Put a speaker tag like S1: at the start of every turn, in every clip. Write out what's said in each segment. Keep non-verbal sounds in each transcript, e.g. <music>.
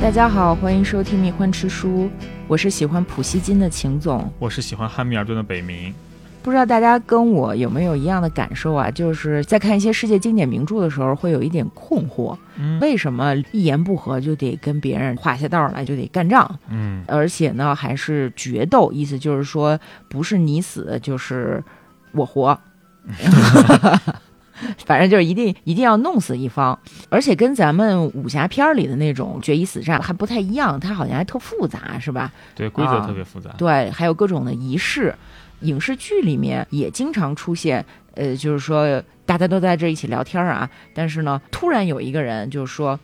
S1: 大家好，欢迎收听《迷幻吃书》，我是喜欢普希金的秦总。
S2: 我是喜欢汉密尔顿的北冥，
S1: 不知道大家跟我有没有一样的感受啊？就是在看一些世界经典名著的时候，会有一点困惑，
S2: 嗯
S1: 为什么一言不合就得跟别人划下道来，就得干仗，
S2: 嗯，
S1: 而且呢还是决斗，意思就是说不是你死就是我
S2: <laughs>
S1: 活，反正就是一定一定要弄死一方，而且跟咱们武侠片儿里的那种决一死战还不太一样，它好像还特复杂，是吧？
S2: 对，规则
S1: 啊
S2: 特别复杂，
S1: 对，还有各种的仪式。影视剧里面也经常出现，呃，就是说大家都在这一起聊天儿啊，但是呢，突然有一个人就说：“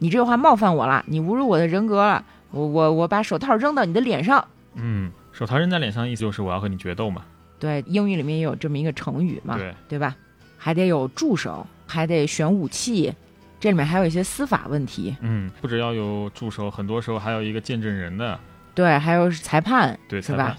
S1: 你这话冒犯我了，你侮辱我的人格了，我我我把手套扔到你的脸上。
S2: 嗯，手套扔在脸上，意思就是我要和你决斗嘛，”
S1: 对，英语里面也有这么一个成语嘛，
S2: 对，
S1: 对吧？还得有助手，还得选武器，这里面还有一些司法问题，
S2: 嗯，不只要有助手，很多时候还有一个见证人的，
S1: 对，还有裁判，
S2: 对，
S1: 是
S2: 裁
S1: 吧
S2: 判，？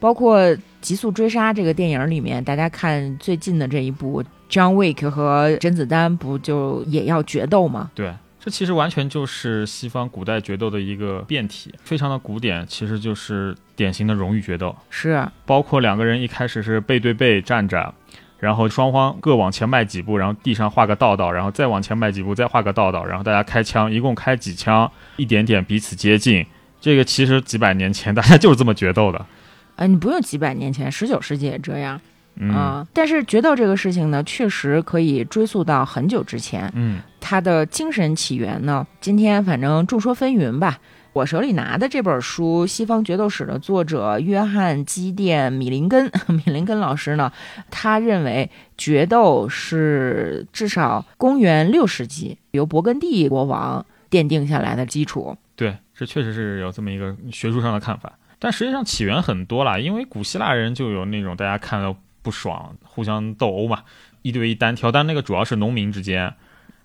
S1: 包括《极速追杀》这个电影里面，大家看最近的这一部，John Wick 和甄子丹不就也要决斗吗？
S2: 对，这其实完全就是西方古代决斗的一个变体，非常的古典，其实就是典型的荣誉决斗，
S1: 是
S2: 包括两个人一开始是背对背站着。然后双方各往前迈几步，然后地上画个道道，然后再往前迈几步，再画个道道，然后大家开枪，一共开几枪，一点点彼此接近。这个其实几百年前大家就是这么决斗的。
S1: 呃，你不用几百年前，十九世纪也这样
S2: 嗯、
S1: 啊、但是决斗这个事情呢，确实可以追溯到很久之前。
S2: 嗯，
S1: 它的精神起源呢，今天反正众说纷纭吧。我手里拿的这本书《西方决斗史》的作者约翰基甸米林根， <laughs> 米林根老师呢，他认为决斗是至少公元六世纪由勃艮第国王奠定下来的基础。
S2: 对，这确实是有这么一个学术上的看法，但实际上起源很多啦，因为古希腊人就有那种大家看到不爽，互相斗殴嘛，一对一单挑，但那个主要是农民之间。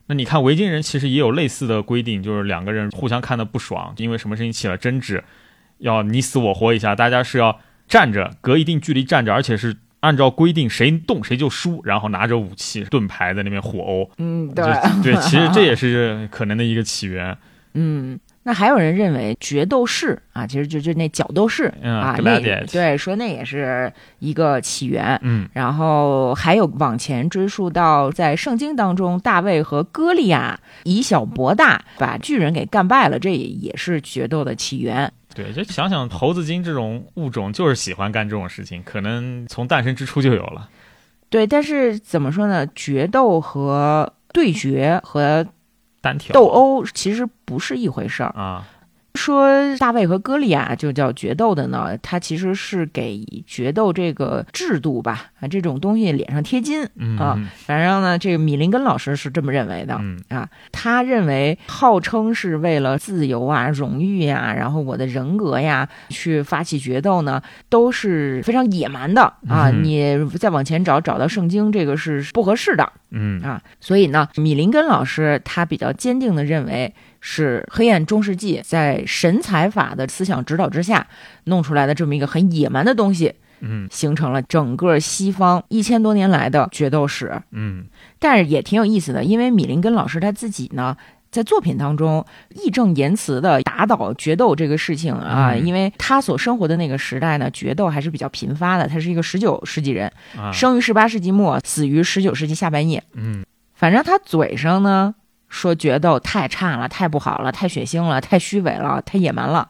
S2: 那你看维京人其实也有类似的规定，就是两个人互相看的不爽，因为什么事情起了争执，要你死我活一下，大家是要站着，隔一定距离站着，而且是按照规定谁动谁就输，然后拿着武器盾牌在那边互殴。
S1: 嗯，
S2: 就对，其实这也是可能的一个起源。
S1: 嗯，那还有人认为决斗士啊，其实就就那角斗士、
S2: 嗯
S1: 啊，那也
S2: gladiator
S1: 对，说那也是一个起源。
S2: 嗯，
S1: 然后还有往前追溯到在圣经当中，大卫和歌利亚以小博大，把巨人给干败了，这也是决斗的起源。
S2: 对，就想想猴子精这种物种，就是喜欢干这种事情，可能从诞生之初就有了。
S1: 对，但是怎么说呢？决斗和对决和
S2: 单挑
S1: 斗殴其实不是一回事儿。
S2: 啊，
S1: 说大卫和歌利亚就叫决斗的呢，它其实是给决斗这个制度吧，啊，这种东西脸上贴金。
S2: 嗯
S1: 啊
S2: 嗯
S1: 反正呢，这个米林根老师是这么认为的。
S2: 嗯
S1: 他认为号称是为了自由啊、荣誉呀、然后我的人格呀，去发起决斗呢，都是非常野蛮的啊！
S2: 嗯
S1: 你再往前找，找到圣经这个是不合适的
S2: 嗯
S1: 啊。所以呢，米林根老师他比较坚定的认为，是黑暗中世纪在神采法的思想指导之下弄出来的这么一个很野蛮的东西，
S2: 嗯
S1: 形成了整个西方一千多年来的决斗史。
S2: 嗯
S1: 但是也挺有意思的，因为米林根老师他自己呢。在作品当中，义正言辞的打倒决斗这个事情啊，
S2: 嗯
S1: 因为他所生活的那个时代呢，决斗还是比较频发的。他是一个十九世纪人，
S2: 啊，
S1: 生于十八世纪末，死于十九世纪下半叶。
S2: 嗯
S1: 反正他嘴上呢说决斗太差了，太不好了，太血腥了，太虚伪了，太野蛮了。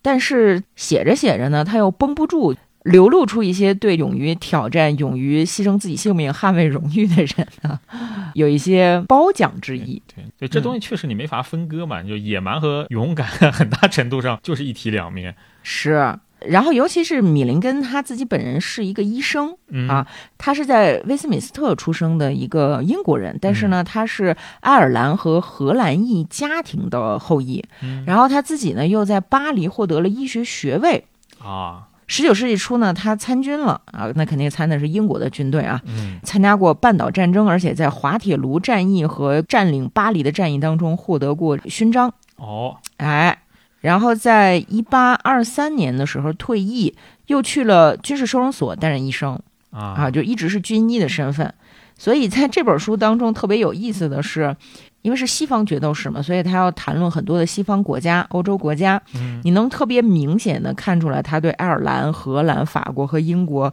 S1: 但是写着写着呢，他又绷不住，流露出一些对勇于挑战、勇于牺牲自己性命、捍卫荣誉的人呢， <laughs> 有一些褒奖之意。
S2: 对对，这东西确实你没法分割嘛，就野蛮和勇敢 <laughs> 很大程度上就是一体两面。
S1: 是，然后尤其是米林根他自己本人是一个医生，
S2: 嗯
S1: 啊他是在威斯敏斯特出生的一个英国人，但是呢，他是爱尔兰和荷兰裔家庭的后裔。
S2: 嗯
S1: 然后他自己呢，又在巴黎获得了医学学位。
S2: 啊
S1: 十九世纪初呢，他参军了啊，那肯定参的是英国的军队啊，
S2: 嗯
S1: 参加过半岛战争，而且在滑铁卢战役和占领巴黎的战役当中获得过勋章。
S2: 哦
S1: 哎，然后在一八二三年的时候退役，又去了军事收容所担任医生。
S2: 啊
S1: 啊，就一直是军医的身份。所以在这本书当中，特别有意思的是，因为是西方决斗史嘛，所以他要谈论很多的西方国家、欧洲国家。
S2: 嗯
S1: 你能特别明显的看出来，他对爱尔兰、荷兰、法国和英国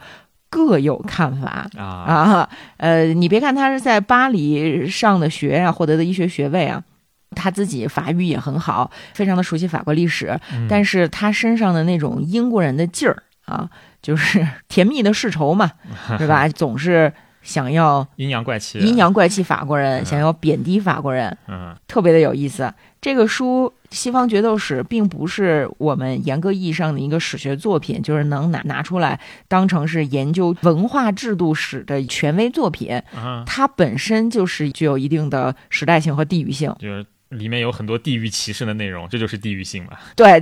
S1: 各有看法。
S2: 啊，
S1: 啊，呃，你别看他是在巴黎上的学呀、获得的医学学位啊，他自己法语也很好，非常的熟悉法国历史，但
S2: 是
S1: 是他身上的那种英国人的劲儿啊， <laughs> 就是甜蜜的世仇嘛，对吧？总是想要
S2: 阴阳怪气，
S1: 阴，阳怪气法国人，
S2: 嗯
S1: 想要贬低法国人，
S2: 嗯
S1: 特别的有意思。这个书《西方决斗史》并不是我们严格意义上的一个史学作品，就是能拿拿出来当成是研究文化制度史的权威作品。
S2: 啊，
S1: 它本身就是具有一定的时代性和地域性，
S2: 就是里面有很多地域歧视的内容，这就是地域性嘛。
S1: 对，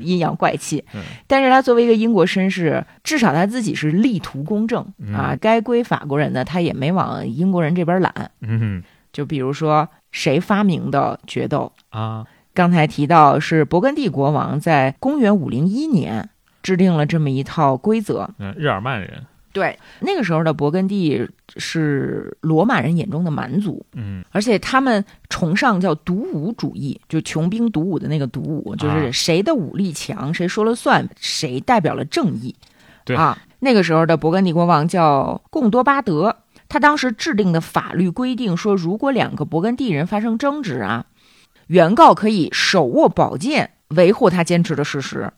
S1: 阴阳怪气
S2: 嗯。
S1: 但是他作为一个英国绅士，至少他自己是力图公正啊，该归法国人的他也没往英国人这边揽。
S2: 嗯
S1: 就比如说谁发明的决斗，
S2: 啊，
S1: 刚才提到是勃艮第国王在公元五零一年制定了这么一套规则。
S2: 嗯，日耳曼人，
S1: 对，那个时候的勃艮第是罗马人眼中的蛮族，
S2: 嗯
S1: 而且他们崇尚叫独武主义，就穷兵黩武的那个黩武，就是谁的武力强，谁说了算，谁代表了正义。
S2: 对
S1: 啊，那个时候的勃艮第国王叫贡多巴德，他当时制定的法律规定说，如果两个勃艮第人发生争执啊，原告可以手握宝剑维护他坚持的事实，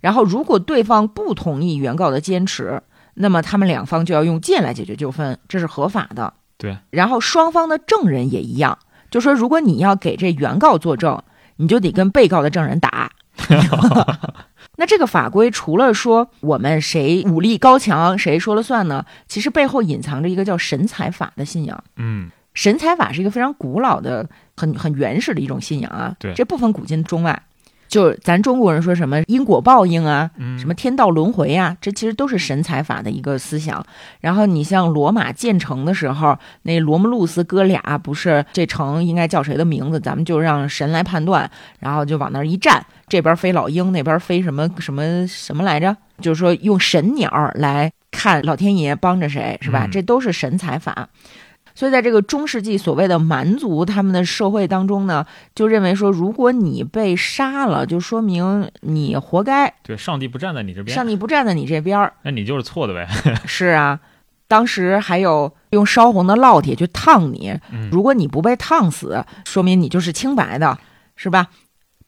S1: 然后如果对方不同意原告的坚持，那么他们两方就要用剑来解决纠纷，这是合法的。
S2: 对，
S1: 然后双方的证人也一样，就说如果你要给这原告作证，你就得跟被告的证人打。 <laughs> 那这个法规除了说我们谁武力高强，谁说了算呢？其实背后隐藏着一个叫神采法的信仰。
S2: 嗯
S1: 神采法是一个非常古老的、很很原始的一种信仰啊。
S2: 对
S1: 这不分古今中外，就咱中国人说什么因果报应啊，
S2: 嗯，
S1: 什么天道轮回啊，这其实都是神采法的一个思想。然后你像罗马建成的时候，那罗慕路斯哥俩不是这城应该叫谁的名字，咱们就让神来判断，然后就往那儿一站，这边飞老鹰，那边飞什么什么什么来着？就是说用神鸟来看老天爷帮着谁，是吧？
S2: 嗯
S1: 这都是神采法。所以，在这个中世纪所谓的蛮族他们的社会当中呢，就认为说，如果你被杀了，就说明你活该，
S2: 对，上帝不站在你这边
S1: 上，帝不站在你这边儿。 <laughs>
S2: 那你就是错的呗。
S1: 是啊，当时还有用烧红的烙铁去烫你，
S2: 嗯
S1: 如果你不被烫死，说明你就是清白的，是吧？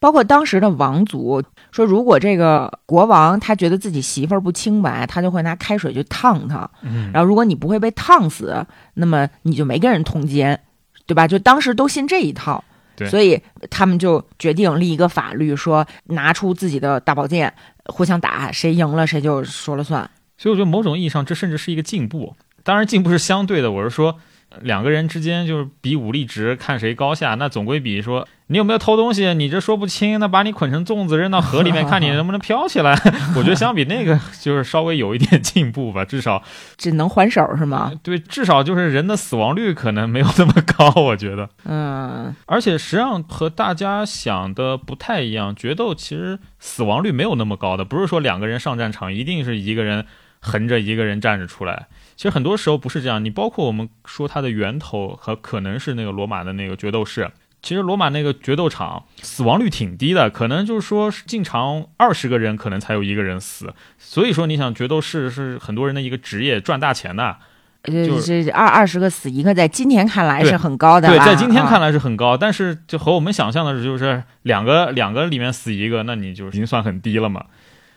S1: 包括当时的王族说，如果这个国王他觉得自己媳妇儿不清白，他就会拿开水去烫她。
S2: 嗯，
S1: 然后如果你不会被烫死，那么你就没跟人通奸，对吧？就当时都信这一套
S2: 对。
S1: 所以他们就决定立一个法律，说拿出自己的大宝剑互相打，谁赢了谁就说了算。
S2: <laughs> 所以我觉得某种意义上，这甚至是一个进步。当然，进步是相对的。我是说，呃两个人之间就是比武力值，看谁高下，那总归比说你有没有偷东西，你这说不清，那把你捆成粽子扔到河里面，看你能不能飘起来。我觉得相比那个，就是稍微有一点进步吧，至少
S1: 只能还手是吗？
S2: 对，至少就是人的死亡率可能没有那么高，我觉得。
S1: 嗯，
S2: 而且实际上和大家想的不太一样，决斗其实死亡率没有那么高的，不是说两个人上战场一定是一个人横着一个人站着出来。其实很多时候不是这样，你包括我们说它的源头和可能是那个罗马的那个决斗士，其实罗马那个决斗场死亡率挺低的，可能就是说进场二十个人可能才有一个人死，所以说你想决斗士是很多人的一个职业，赚大钱的。
S1: 呃，
S2: 就
S1: 这二二十个死一个，在今天看来
S2: 对
S1: 是很高的
S2: 对，
S1: 啦
S2: 在今天看
S1: 啊
S2: 来是很高，但是就和我们想象的就是两个两个里面死一个，那你就已经算很低了嘛。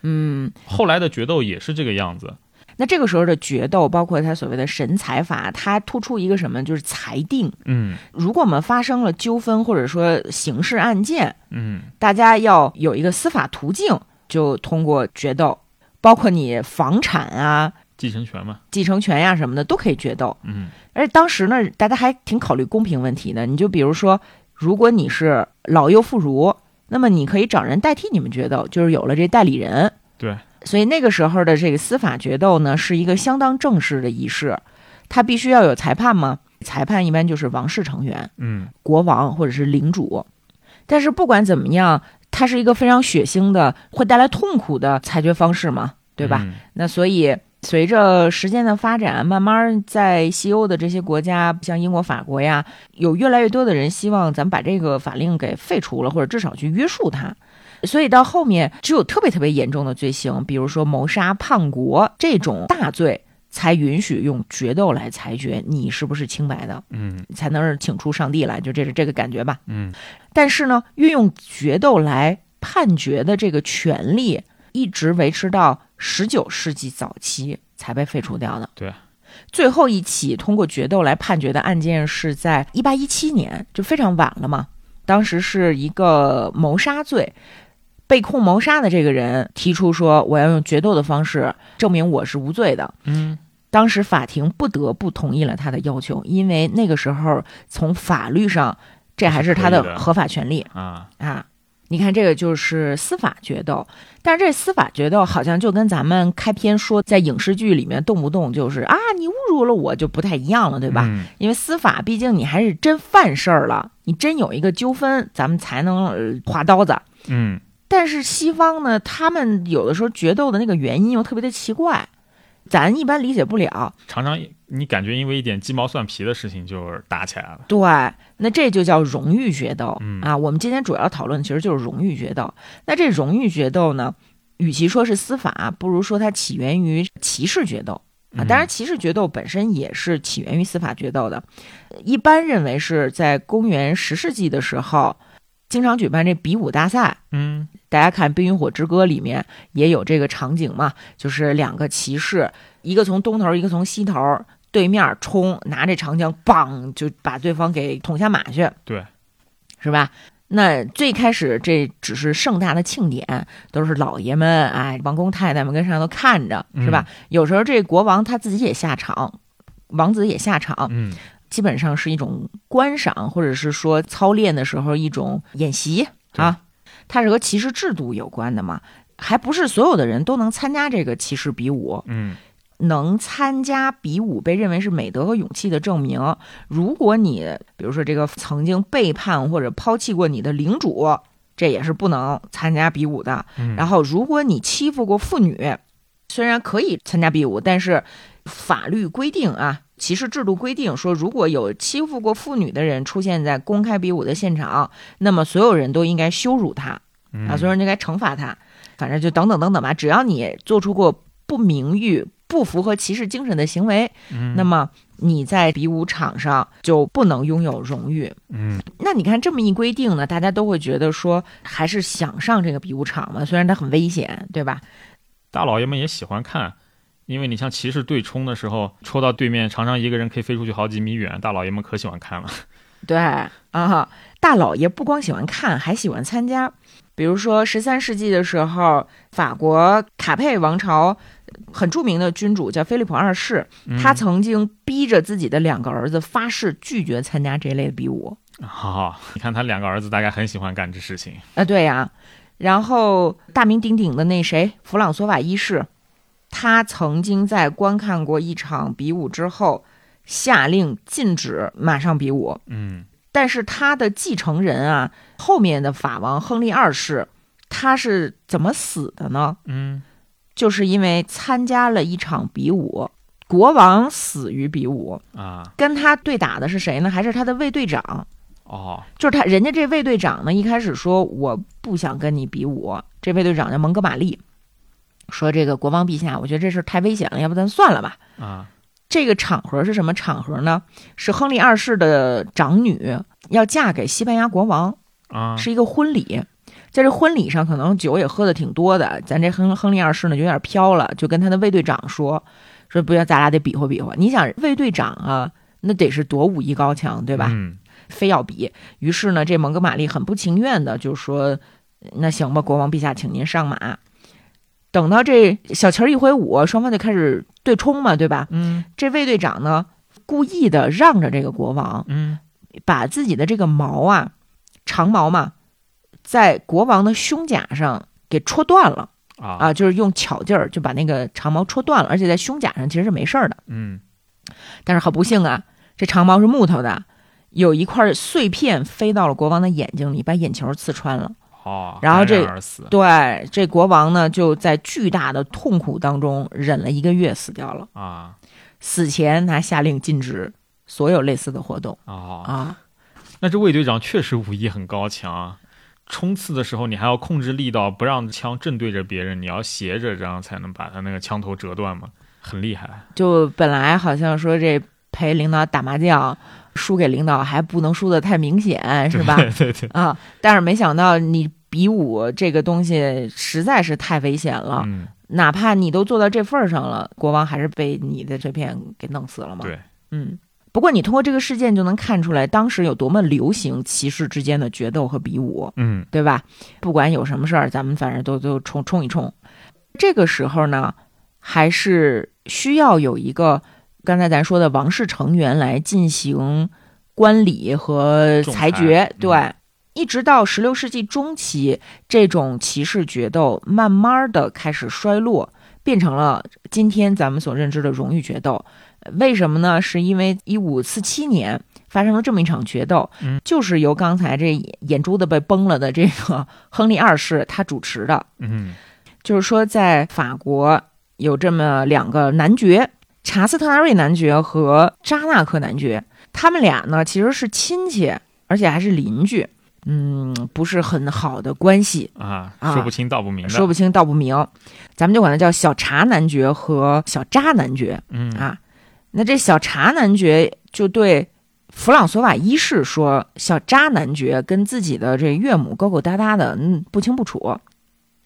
S1: 嗯，
S2: 后来的决斗也是这个样子，
S1: 那这个时候的决斗，包括他所谓的神裁法，它突出一个什么，就是裁定。
S2: 嗯
S1: 如果我们发生了纠纷或者说刑事案件，
S2: 嗯，
S1: 大家要有一个司法途径，就通过决斗，包括你房产啊、
S2: 继承权嘛，
S1: 继承权呀、什么的都可以决斗。
S2: 嗯
S1: 而且当时呢，大家还挺考虑公平问题的。你就比如说，如果你是老幼妇孺，那么你可以找人代替你们决斗，就是有了这代理人。
S2: 对，
S1: 所以那个时候的这个司法决斗呢，是一个相当正式的仪式，它必须要有裁判嘛。裁判一般就是王室成员，
S2: 嗯
S1: 国王或者是领主。但是不管怎么样，它是一个非常血腥的，会带来痛苦的裁决方式嘛，对吧？
S2: 嗯
S1: 那所以随着时间的发展，慢慢在西欧的这些国家，像英国、法国呀，有越来越多的人希望咱们把这个法令给废除了，或者至少去约束它。所以到后面，只有特别特别严重的罪行，比如说谋杀、叛国这种大罪，才允许用决斗来裁决你是不是清白的，
S2: 嗯
S1: 才能是请出上帝来，就这是这个感觉吧。
S2: 嗯
S1: 但是呢，运用决斗来判决的这个权利，一直维持到十九世纪早期才被废除掉的。
S2: 对。
S1: 最后一起通过决斗来判决的案件是在一八一七年，就非常晚了嘛。当时是一个谋杀罪，被控谋杀的这个人提出说：“我要用决斗的方式证明我是无罪的。”
S2: 嗯
S1: 当时法庭不得不同意了他的要求，因为那个时候从法律上，这还是他
S2: 是可以
S1: 的
S2: 的
S1: 合法权利
S2: 啊，
S1: 啊。你看，这个就是司法决斗，但是这司法决斗好像就跟咱们开篇说在影视剧里面动不动就是啊，你侮辱了我就不太一样了，对吧？
S2: 嗯
S1: 因为司法毕竟你还是真犯事儿了，你真有一个纠纷，咱们才能呃划刀子。
S2: 嗯
S1: 但是西方呢，他们有的时候决斗的那个原因又特别的奇怪，咱一般理解不了。
S2: 常常你感觉因为一点鸡毛蒜皮的事情就打起来了。
S1: 对，那这就叫荣誉决斗、
S2: 嗯
S1: 啊。我们今天主要讨论其实就是荣誉决斗。那这荣誉决斗呢，与其说是司法，不如说它起源于歧视决斗啊。当然，歧视决斗本身也是起源于司法决斗的。一般认为是在公元十世纪的时候，经常举办这比武大赛。
S2: 嗯
S1: 大家看《冰与火之歌》里面也有这个场景嘛，就是两个骑士，一个从东头，一个从西头，对面冲，拿这长枪，梆就把对方给捅下马去。
S2: 对，
S1: 是吧？那最开始这只是盛大的庆典，都是老爷们哎，王公太太们跟上头看着，是吧？有时候这国王他自己也下场，王子也下场，
S2: 嗯
S1: 基本上是一种观赏，或者是说操练的时候一种演习
S2: 对
S1: 啊。它是和骑士制度有关的嘛，还不是所有的人都能参加这个骑士比武。
S2: 嗯
S1: 能参加比武被认为是美德和勇气的证明。如果你比如说这个曾经背叛或者抛弃过你的领主，这也是不能参加比武的。
S2: 嗯
S1: 然后，如果你欺负过妇女，虽然可以参加比武，但是法律规定啊，歧视制度规定说，如果有欺负过妇女的人出现在公开比武的现场，那么所有人都应该羞辱他啊，
S2: 嗯
S1: 所有人都该惩罚他，反正就等等等等吧。只要你做出过不名誉、不符合骑士精神的行为，
S2: 嗯
S1: 那么你在比武场上就不能拥有荣誉。
S2: 嗯
S1: 那你看这么一规定呢，大家都会觉得说还是想上这个比武场嘛，虽然它很危险，对吧？
S2: 大老爷们也喜欢看，因为你像骑士对冲的时候，戳到对面，常常一个人可以飞出去好几米远，大老爷们可喜欢看了。
S1: 对啊，大老爷不光喜欢看，还喜欢参加。比如说，十三世纪的时候，法国卡佩王朝很著名的君主叫菲利普二世，他
S2: 嗯
S1: 曾经逼着自己的两个儿子发誓拒绝参加这类的比武。
S2: 好好，你看他两个儿子大概很喜欢干这事情。
S1: 啊，对呀、然后大名鼎鼎的那谁，弗朗索瓦一世，他曾经在观看过一场比武之后，下令禁止马上比武。
S2: 嗯
S1: 但是他的继承人啊，后面的法王亨利二世，他是怎么死的呢？
S2: 嗯
S1: 就是因为参加了一场比武，国王死于比武，
S2: 啊
S1: 跟他对打的是谁呢？还是他的卫队长？
S2: 哦
S1: 就是他人家这卫队长呢，一开始说我不想跟你比武，这卫队长叫蒙哥马利，说这个国王陛下，我觉得这事儿太危险了，要不咱算了吧。
S2: 啊
S1: 这个场合是什么场合呢？是亨利二世的长女要嫁给西班牙国王，
S2: 啊
S1: 是一个婚礼。在这婚礼上，可能酒也喝的挺多的，咱这亨亨利二世呢就有点飘了，就跟他的卫队长说，说不要，咱俩得比划比划。你想卫队长啊，那得是多武艺高强，对吧？
S2: 嗯
S1: 非要比。于是呢，这蒙哥马利很不情愿的就说：“那行吧，国王陛下，请您上马。”等到这小旗儿一挥舞，双方就开始对冲嘛，对吧？
S2: 嗯
S1: 这卫队长呢，故意的让着这个国王，
S2: 嗯
S1: 把自己的这个矛啊，长矛嘛，在国王的胸甲上给戳断了
S2: 啊
S1: 啊，就是用巧劲儿就把那个长矛戳断了，而且在胸甲上其实是没事儿的。
S2: 嗯
S1: 但是好不幸啊，这长矛是木头的，有一块碎片飞到了国王的眼睛里，把眼球刺穿了。
S2: 哦，
S1: 然后这
S2: 感染而死，
S1: 对，这国王呢就在巨大的痛苦当中忍了一个月，死掉了。
S2: 啊
S1: 死前他下令禁止所有类似的活动
S2: 哦，
S1: 啊。
S2: 那这卫队长确实武艺很高强啊。冲刺的时候，你还要控制力道，不让枪正对着别人，你要斜着，这样才能把他那个枪头折断嘛，很厉害。
S1: 就本来好像说这陪领导打麻将，输给领导还不能输得太明显，是吧？
S2: <laughs> 对对对，
S1: 啊，但是没想到你比武这个东西实在是太危险了，
S2: 嗯，
S1: 哪怕你都做到这份儿上了，国王还是被你的这片给弄死了嘛。
S2: 对，
S1: 嗯。不过你通过这个事件就能看出来，当时有多么流行骑士之间的决斗和比武，
S2: 嗯
S1: 对吧？不管有什么事儿，咱们反正都都冲冲一冲。这个时候呢，还是需要有一个刚才咱说的王室成员来进行观礼和
S2: 仲
S1: 裁
S2: 裁
S1: 决，对。
S2: 嗯
S1: 一直到十六世纪中期，这种骑士决斗慢慢的开始衰落，变成了今天咱们所认知的荣誉决斗。呃为什么呢？是因为一五四七年发生了这么一场决斗，
S2: 嗯
S1: 就是由刚才这眼珠子被崩了的这个 <laughs> 亨利二世他主持的。
S2: 嗯
S1: 就是说，在法国有这么两个男爵，查斯特拉瑞男爵和扎纳克男爵，他们俩呢其实是亲戚，而且还是邻居，嗯，不是很好的关系，
S2: 啊，
S1: 啊
S2: 说不清道不明的，
S1: 说不清道不明，咱们就管他叫小查男爵和小扎男爵
S2: 嗯
S1: 啊。那这小查男爵就对。弗朗索瓦一世说：“小扎男爵跟自己的这岳母勾勾搭搭的，嗯，不清不楚。”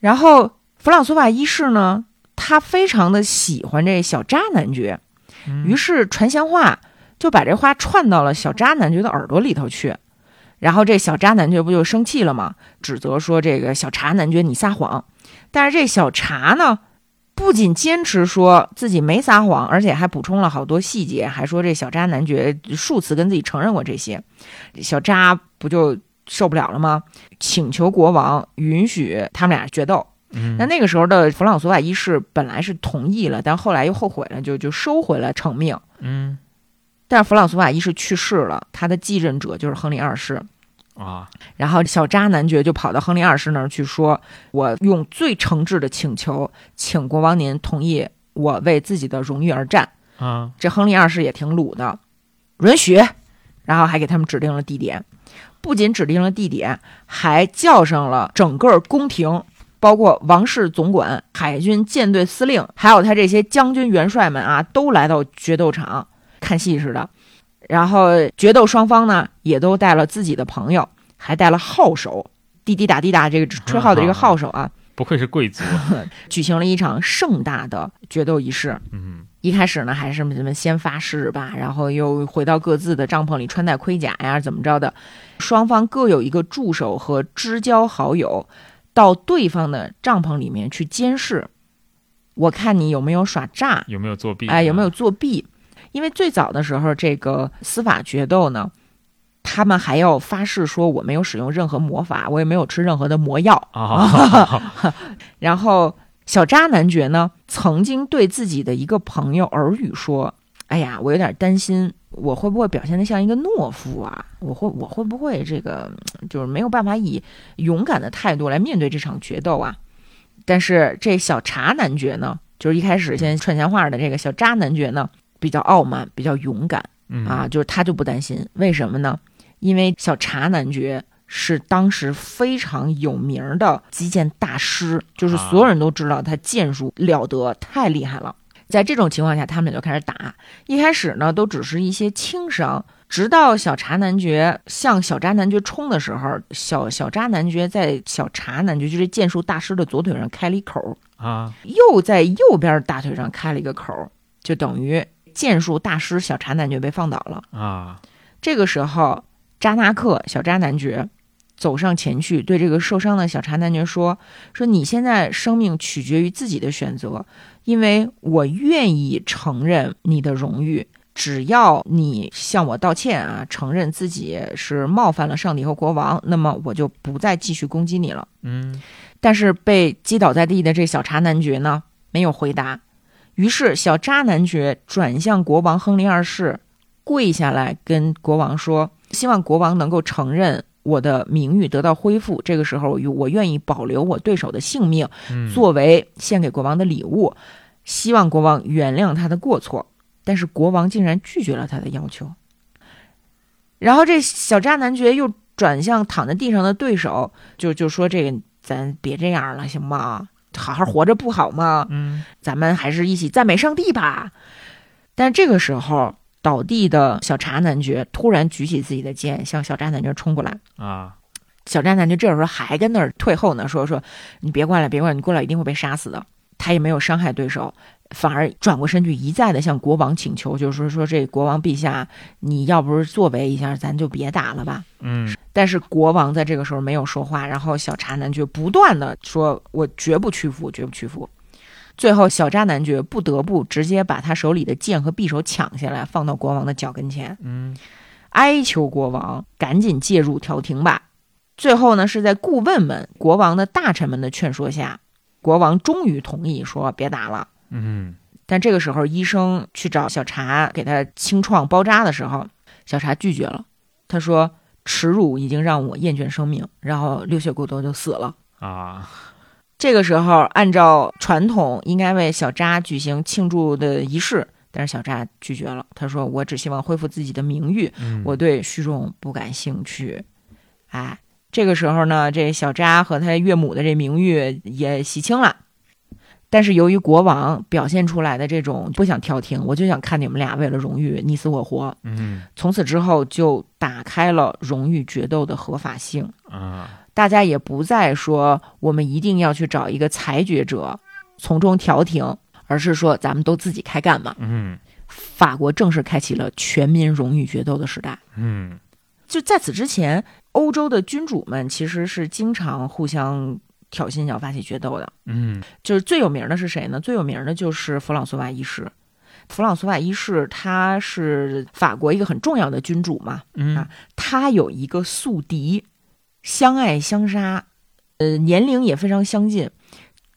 S1: 然后弗朗索瓦一世呢，他非常的喜欢这小渣男爵，于是传闲话就把这话串到了小渣男爵的耳朵里头去。然后这小渣男爵不就生气了吗？指责说这个小茶男爵你撒谎。但是这小茶呢，不仅坚持说自己没撒谎，而且还补充了好多细节，还说这小渣男爵数次跟自己承认过这些。小渣不就受不了了吗？请求国王允许他们俩决斗。
S2: 嗯
S1: 那那个时候的弗朗索瓦一世本来是同意了，但后来又后悔了，就就收回了成命。
S2: 嗯
S1: 但是弗朗索瓦一世去世了，他的继任者就是亨利二世。
S2: 啊
S1: 然后小渣男爵就跑到亨利二世那儿去说：“我用最诚挚的请求，请国王您同意我为自己的荣誉而战。
S2: 啊”
S1: 这亨利二世也挺鲁的，允许，然后还给他们指定了地点。不仅指定了地点，还叫上了整个宫廷，包括王室总管、海军舰队司令，还有他这些将军元帅们啊，都来到决斗场看戏似的。然后决斗双方呢，也都带了自己的朋友，还带了号手，滴滴答滴答，这个吹号的这个号手啊，
S2: 不愧是贵族，啊
S1: 举行了一场盛大的决斗仪式。
S2: <laughs> 嗯
S1: 一开始呢，还是什么先发誓吧，然后又回到各自的帐篷里穿戴盔甲呀，怎么着的？双方各有一个助手和知交好友，到对方的帐篷里面去监视，我看你有没有耍诈，
S2: 有没有作弊？啊
S1: 哎，有没有作弊？因为最早的时候，这个司法决斗呢，他们还要发誓说我没有使用任何魔法，我也没有吃任何的魔药，
S2: 啊？
S1: 然后小渣男爵呢，曾经对自己的一个朋友耳语说：“哎呀，我有点担心，我会不会表现得像一个懦夫啊？我会我会不会这个嗯就是没有办法以勇敢的态度来面对这场决斗啊？”但是这小茶男爵呢，就是一开始先串闲话的这个小渣男爵呢，比较傲慢，比较勇敢
S2: 嗯
S1: 啊，就是他就不担心，为什么呢？因为小茶男爵是当时非常有名儿的击剑大师，就是所有人都知道他剑术了得，太厉害了。在这种情况下，他们俩就开始打。一开始呢，都只是一些轻伤，直到小茶男爵向小渣男爵冲的时候，小小渣男爵在小茶男爵就是剑术大师的左腿上开了一口，
S2: 啊
S1: 又在右边大腿上开了一个口，就等于剑术大师小茶男爵被放倒了。
S2: 啊
S1: 这个时候，扎纳克小渣男爵走上前去，对这个受伤的小渣男爵说：“说你现在生命取决于自己的选择，因为我愿意承认你的荣誉。”只要你向我道歉啊，承认自己是冒犯了上帝和国王，那么我就不再继续攻击你了。
S2: 嗯
S1: 但是被击倒在地的这小茶男爵呢，没有回答。于是小渣男爵转向国王亨利二世，跪下来跟国王说：“希望国王能够承认我的名誉得到恢复，这个时候我愿意保留我对手的性命，
S2: 嗯
S1: 作为献给国王的礼物，希望国王原谅他的过错。但是国王竟然拒绝了他的要求。然后这小渣男爵又转向躺在地上的对手，就就说：“这个咱别这样了，行吗？好好活着不好吗？
S2: 嗯
S1: 咱们还是一起赞美上帝吧。”但这个时候，倒地的小茶男爵突然举起自己的剑，向小渣男爵冲过来。
S2: 啊
S1: 小渣男就这时候还跟那儿退后呢，说说你别过来，别过来，你过来一定会被杀死的。他也没有伤害对手，反而转过身去一再的向国王请求，就是说说这国王陛下，你要不是作为一下，咱就别打了吧。
S2: 嗯
S1: 但是国王在这个时候没有说话，然后小渣男爵不断的说：“我绝不屈服，绝不屈服。”最后，小渣男爵不得不直接把他手里的剑和匕首抢下来，放到国王的脚跟前。
S2: 嗯
S1: 哀求国王赶紧介入调停吧。最后呢，是在顾问们、国王的大臣们的劝说下，国王终于同意说别打了。
S2: 嗯
S1: 但这个时候，医生去找小茶给他清创包扎的时候，小茶拒绝了。他说：“耻辱已经让我厌倦生命。”然后流血过多就死了。
S2: 啊
S1: 这个时候，按照传统，应该为小扎举行庆祝的仪式，但是小扎拒绝了。他说：“我只希望恢复自己的名誉，
S2: 嗯
S1: 我对虚荣不感兴趣。哎，这个时候呢，这小扎和他岳母的这名誉也洗清了。但是由于国王表现出来的这种不想调停，我就想看你们俩为了荣誉你死我活，
S2: 嗯
S1: 从此之后就打开了荣誉决斗的合法性。
S2: 啊
S1: 大家也不再说我们一定要去找一个裁决者从中调停，而是说咱们都自己开干吧。
S2: 嗯
S1: 法国正式开启了全民荣誉决斗的时代。
S2: 嗯
S1: 就在此之前，欧洲的君主们其实是经常互相挑衅要发起决斗的。
S2: 嗯
S1: 就是最有名的是谁呢？最有名的就是弗朗索瓦一世。弗朗索瓦一世他是法国一个很重要的君主嘛，
S2: 嗯
S1: 他有一个宿敌，相爱相杀，呃，年龄也非常相近，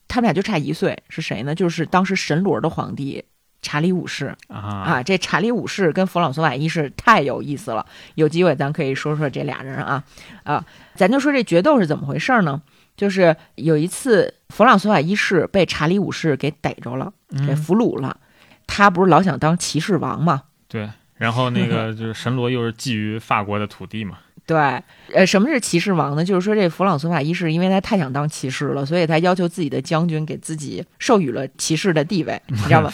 S1: 他们俩就差一岁，是谁呢？就是当时神罗的皇帝查理五世。
S2: 啊
S1: 啊，这查理五世跟弗朗索瓦一世太有意思了，有机会咱可以说说这俩人啊啊，咱就说这决斗是怎么回事儿呢？就是有一次，弗朗索瓦一世被查理五世给逮着了，给
S2: 嗯
S1: 俘虏了。他不是老想当骑士王嘛？
S2: 对，然后那个就是神罗又是觊觎法国的土地
S1: <laughs>
S2: 嘛，
S1: 对，呃，什么是骑士王呢？就是说这弗朗索瓦一世，因为他太想当骑士了，所以他要求自己的将军给自己授予了骑士的地位，你知
S2: <laughs>
S1: 道吗？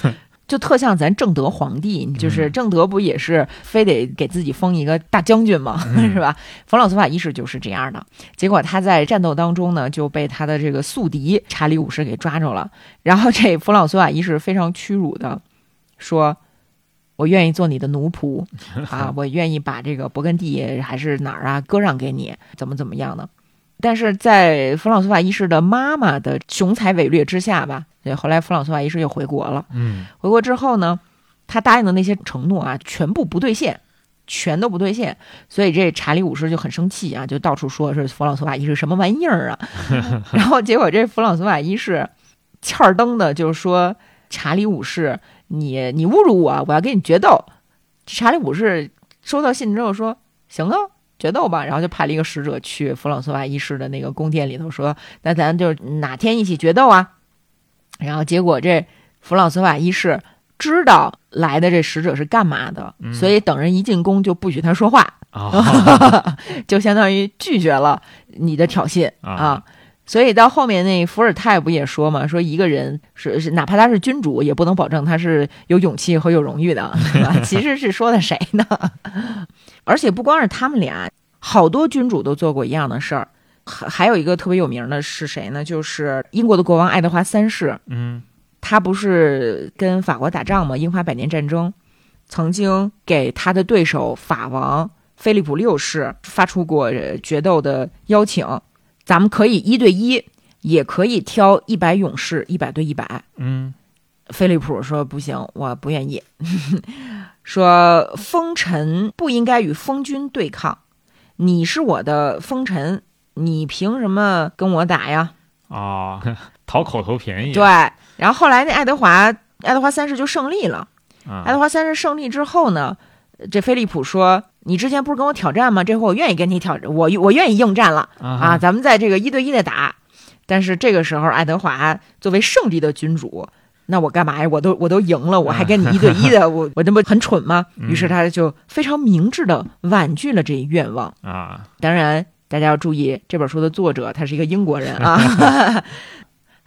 S1: 就特像咱正德皇帝，就是
S2: 嗯
S1: 正德不也是非得给自己封一个大将军吗？<laughs>
S2: 嗯
S1: 是吧？弗朗索瓦一世就是这样的。结果他在战斗当中呢，就被他的这个宿敌查理五世给抓着了。然后这弗朗索瓦一世非常屈辱的说：“我愿意做你的奴仆啊，我愿意把这个勃艮第还是哪儿啊割让给你，怎么怎么样的。”但是在弗朗索瓦一世的妈妈的雄才伟略之下吧，对后来弗朗索瓦一世又回国了。
S2: 嗯
S1: 回国之后呢，他答应的那些承诺啊，全部不兑现，全都不兑现。所以这查理五世就很生气啊，就到处说是弗朗索瓦一世什么玩意儿啊。 <laughs> 然后结果这弗朗索瓦一世欠儿登的就说查理五世，你你侮辱我，我要跟你决斗。查理五世收到信之后说行啊。决斗吧，然后就派了一个使者去弗朗索瓦一世的那个宫殿里头说：“那咱就哪天一起决斗啊？”然后结果这弗朗索瓦一世知道来的这使者是干嘛的，
S2: 嗯
S1: 所以等人一进宫就不许他说话，
S2: 啊
S1: <laughs> 就相当于拒绝了你的挑衅
S2: 啊
S1: 啊。所以到后面那伏尔泰不也说嘛，说一个人是是哪怕他是君主，也不能保证他是有勇气和有荣誉的，是吧？其实是说的谁呢？而且不光是他们俩，好多君主都做过一样的事儿。还还有一个特别有名的是谁呢？就是英国的国王爱德华三世，
S2: 嗯
S1: 他不是跟法国打仗吗？英法百年战争，曾经给他的对手法王菲利普六世发出过呃决斗的邀请，咱们可以一对一，也可以挑一百勇士一百对一百。
S2: 嗯
S1: 菲利普说：“不行，我不愿意。 <laughs> 说风臣不应该与风君对抗，你是我的风臣，你凭什么跟我打呀？”
S2: 啊， <laughs> 讨口头便宜，
S1: 对，然后后来那爱德华，爱德华三世就胜利了。
S2: 啊
S1: 爱德华三世胜利之后呢，这菲利普说：“你之前不是跟我挑战吗？这回我愿意跟你挑，我我愿意应战了啊！
S2: 啊，
S1: 咱们在这个一对一的打。”但是这个时候，爱德华作为胜利的君主，那我干嘛呀？我都我都赢了，我还跟你一对一的，我我那不很蠢吗？于是他就非常明智的婉拒了这一愿望。
S2: 啊，
S1: 当然，大家要注意，这本书的作者他是一个英国人啊。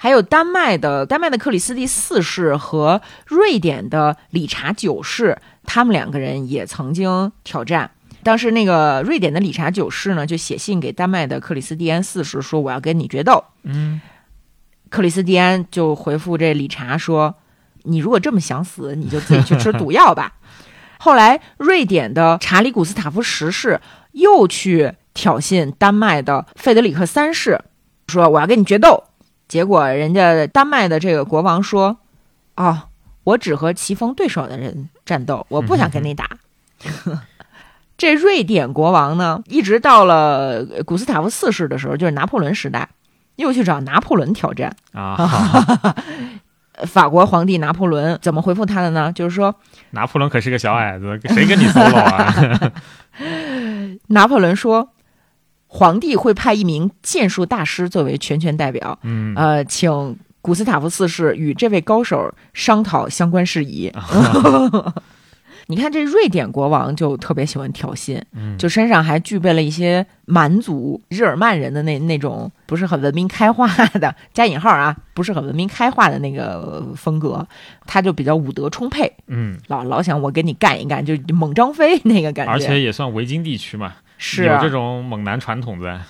S1: 还有丹麦的丹麦的克里斯蒂四世和瑞典的理查九世，他们两个人也曾经挑战。当时那个瑞典的理查九世呢，就写信给丹麦的克里斯蒂安四世说：“我要跟你决斗。”
S2: 嗯，
S1: 克里斯蒂安就回复这理查说：“你如果这么想死，你就自己去吃毒药吧。” <laughs> 后来，瑞典的查理古斯塔夫十世又去挑衅丹麦的费德里克三世，说：“我要跟你决斗。”结果，人家丹麦的这个国王说：“哦，我只和棋逢对手的人战斗，我不想跟你打。 <laughs> 这瑞典国王呢，一直到了古斯塔夫四世的时候，就是拿破仑时代，又去找拿破仑挑战。
S2: 啊，
S1: 法国皇帝拿破仑怎么回复他的呢？就是说，
S2: 拿破仑可是个小矮子， <laughs> 谁跟你
S1: <laughs>
S2: solo 啊？
S1: 拿破仑说，皇帝会派一名剑术大师作为全权代表，
S2: 嗯，
S1: 呃，请古斯塔夫四世与这位高手商讨相关事
S2: <laughs>
S1: 宜。 <laughs> 你看，这瑞典国王就特别喜欢挑衅，
S2: 嗯
S1: 就身上还具备了一些蛮族、日耳曼人的那那种不是很文明开化的 <laughs> （加引号啊），不是很文明开化的那个风格，他就比较武德充沛。
S2: 嗯，
S1: 老老想我跟你干一干，就猛张飞 <laughs> 那个感觉。
S2: 而且也算维京地区嘛，
S1: 是
S2: 有
S1: 啊
S2: 这种猛男传统在。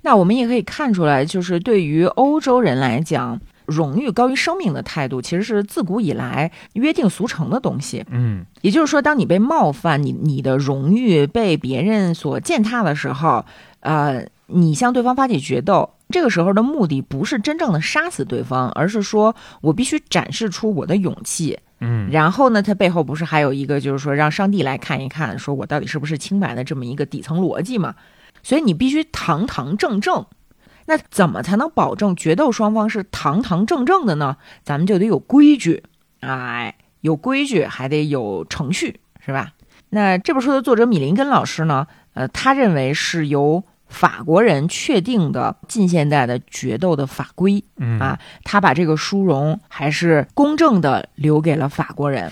S1: 那我们也可以看出来，就是对于欧洲人来讲，荣誉高于生命的态度，其实是自古以来约定俗成的东西。
S2: 嗯
S1: 也就是说，当你被冒犯，你你的荣誉被别人所践踏的时候，呃，你向对方发起决斗，这个时候的目的不是真正的杀死对方，而是说我必须展示出我的勇气，
S2: 嗯
S1: 然后呢，它背后不是还有一个就是说让上帝来看一看，说我到底是不是清白的这么一个底层逻辑嘛？所以你必须堂堂正正。那怎么才能保证决斗双方是堂堂正正的呢？咱们就得有规矩，哎，有规矩还得有程序，是吧？那这本书的作者米林根老师呢，呃，他认为是由法国人确定的近现代的决斗的法规，
S2: 嗯
S1: 啊他把这个殊荣还是公正的留给了法国人。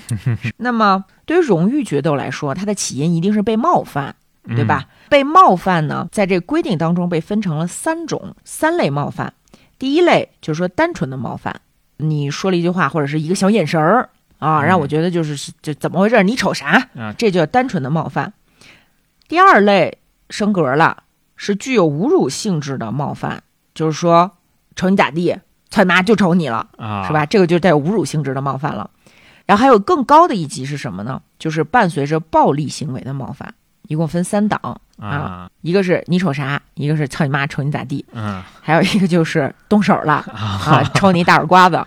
S1: 那么，对于荣誉决斗来说，它的起因一定是被冒犯，对吧？？被冒犯呢，在这规定当中被分成了三种三类冒犯。第一类就是说单纯的冒犯，你说了一句话或者是一个小眼神儿啊，
S2: 嗯
S1: 让我觉得就是这怎么回事儿？你瞅啥？
S2: 啊
S1: 这叫单纯的冒犯。第二类升格了，是具有侮辱性质的冒犯，就是说瞅你咋地，操你妈就瞅你了。
S2: 嗯
S1: <laughs>
S2: 啊，
S1: 是吧？？这个就带有侮辱性质的冒犯了。然后还有更高的一级是什么呢？就是伴随着暴力行为的冒犯，一共分三档，
S2: 啊，
S1: 一个是你瞅啥，一个是操你妈，瞅你咋地，
S2: 嗯
S1: 还有一个就是动手了啊，抽你一大耳刮子。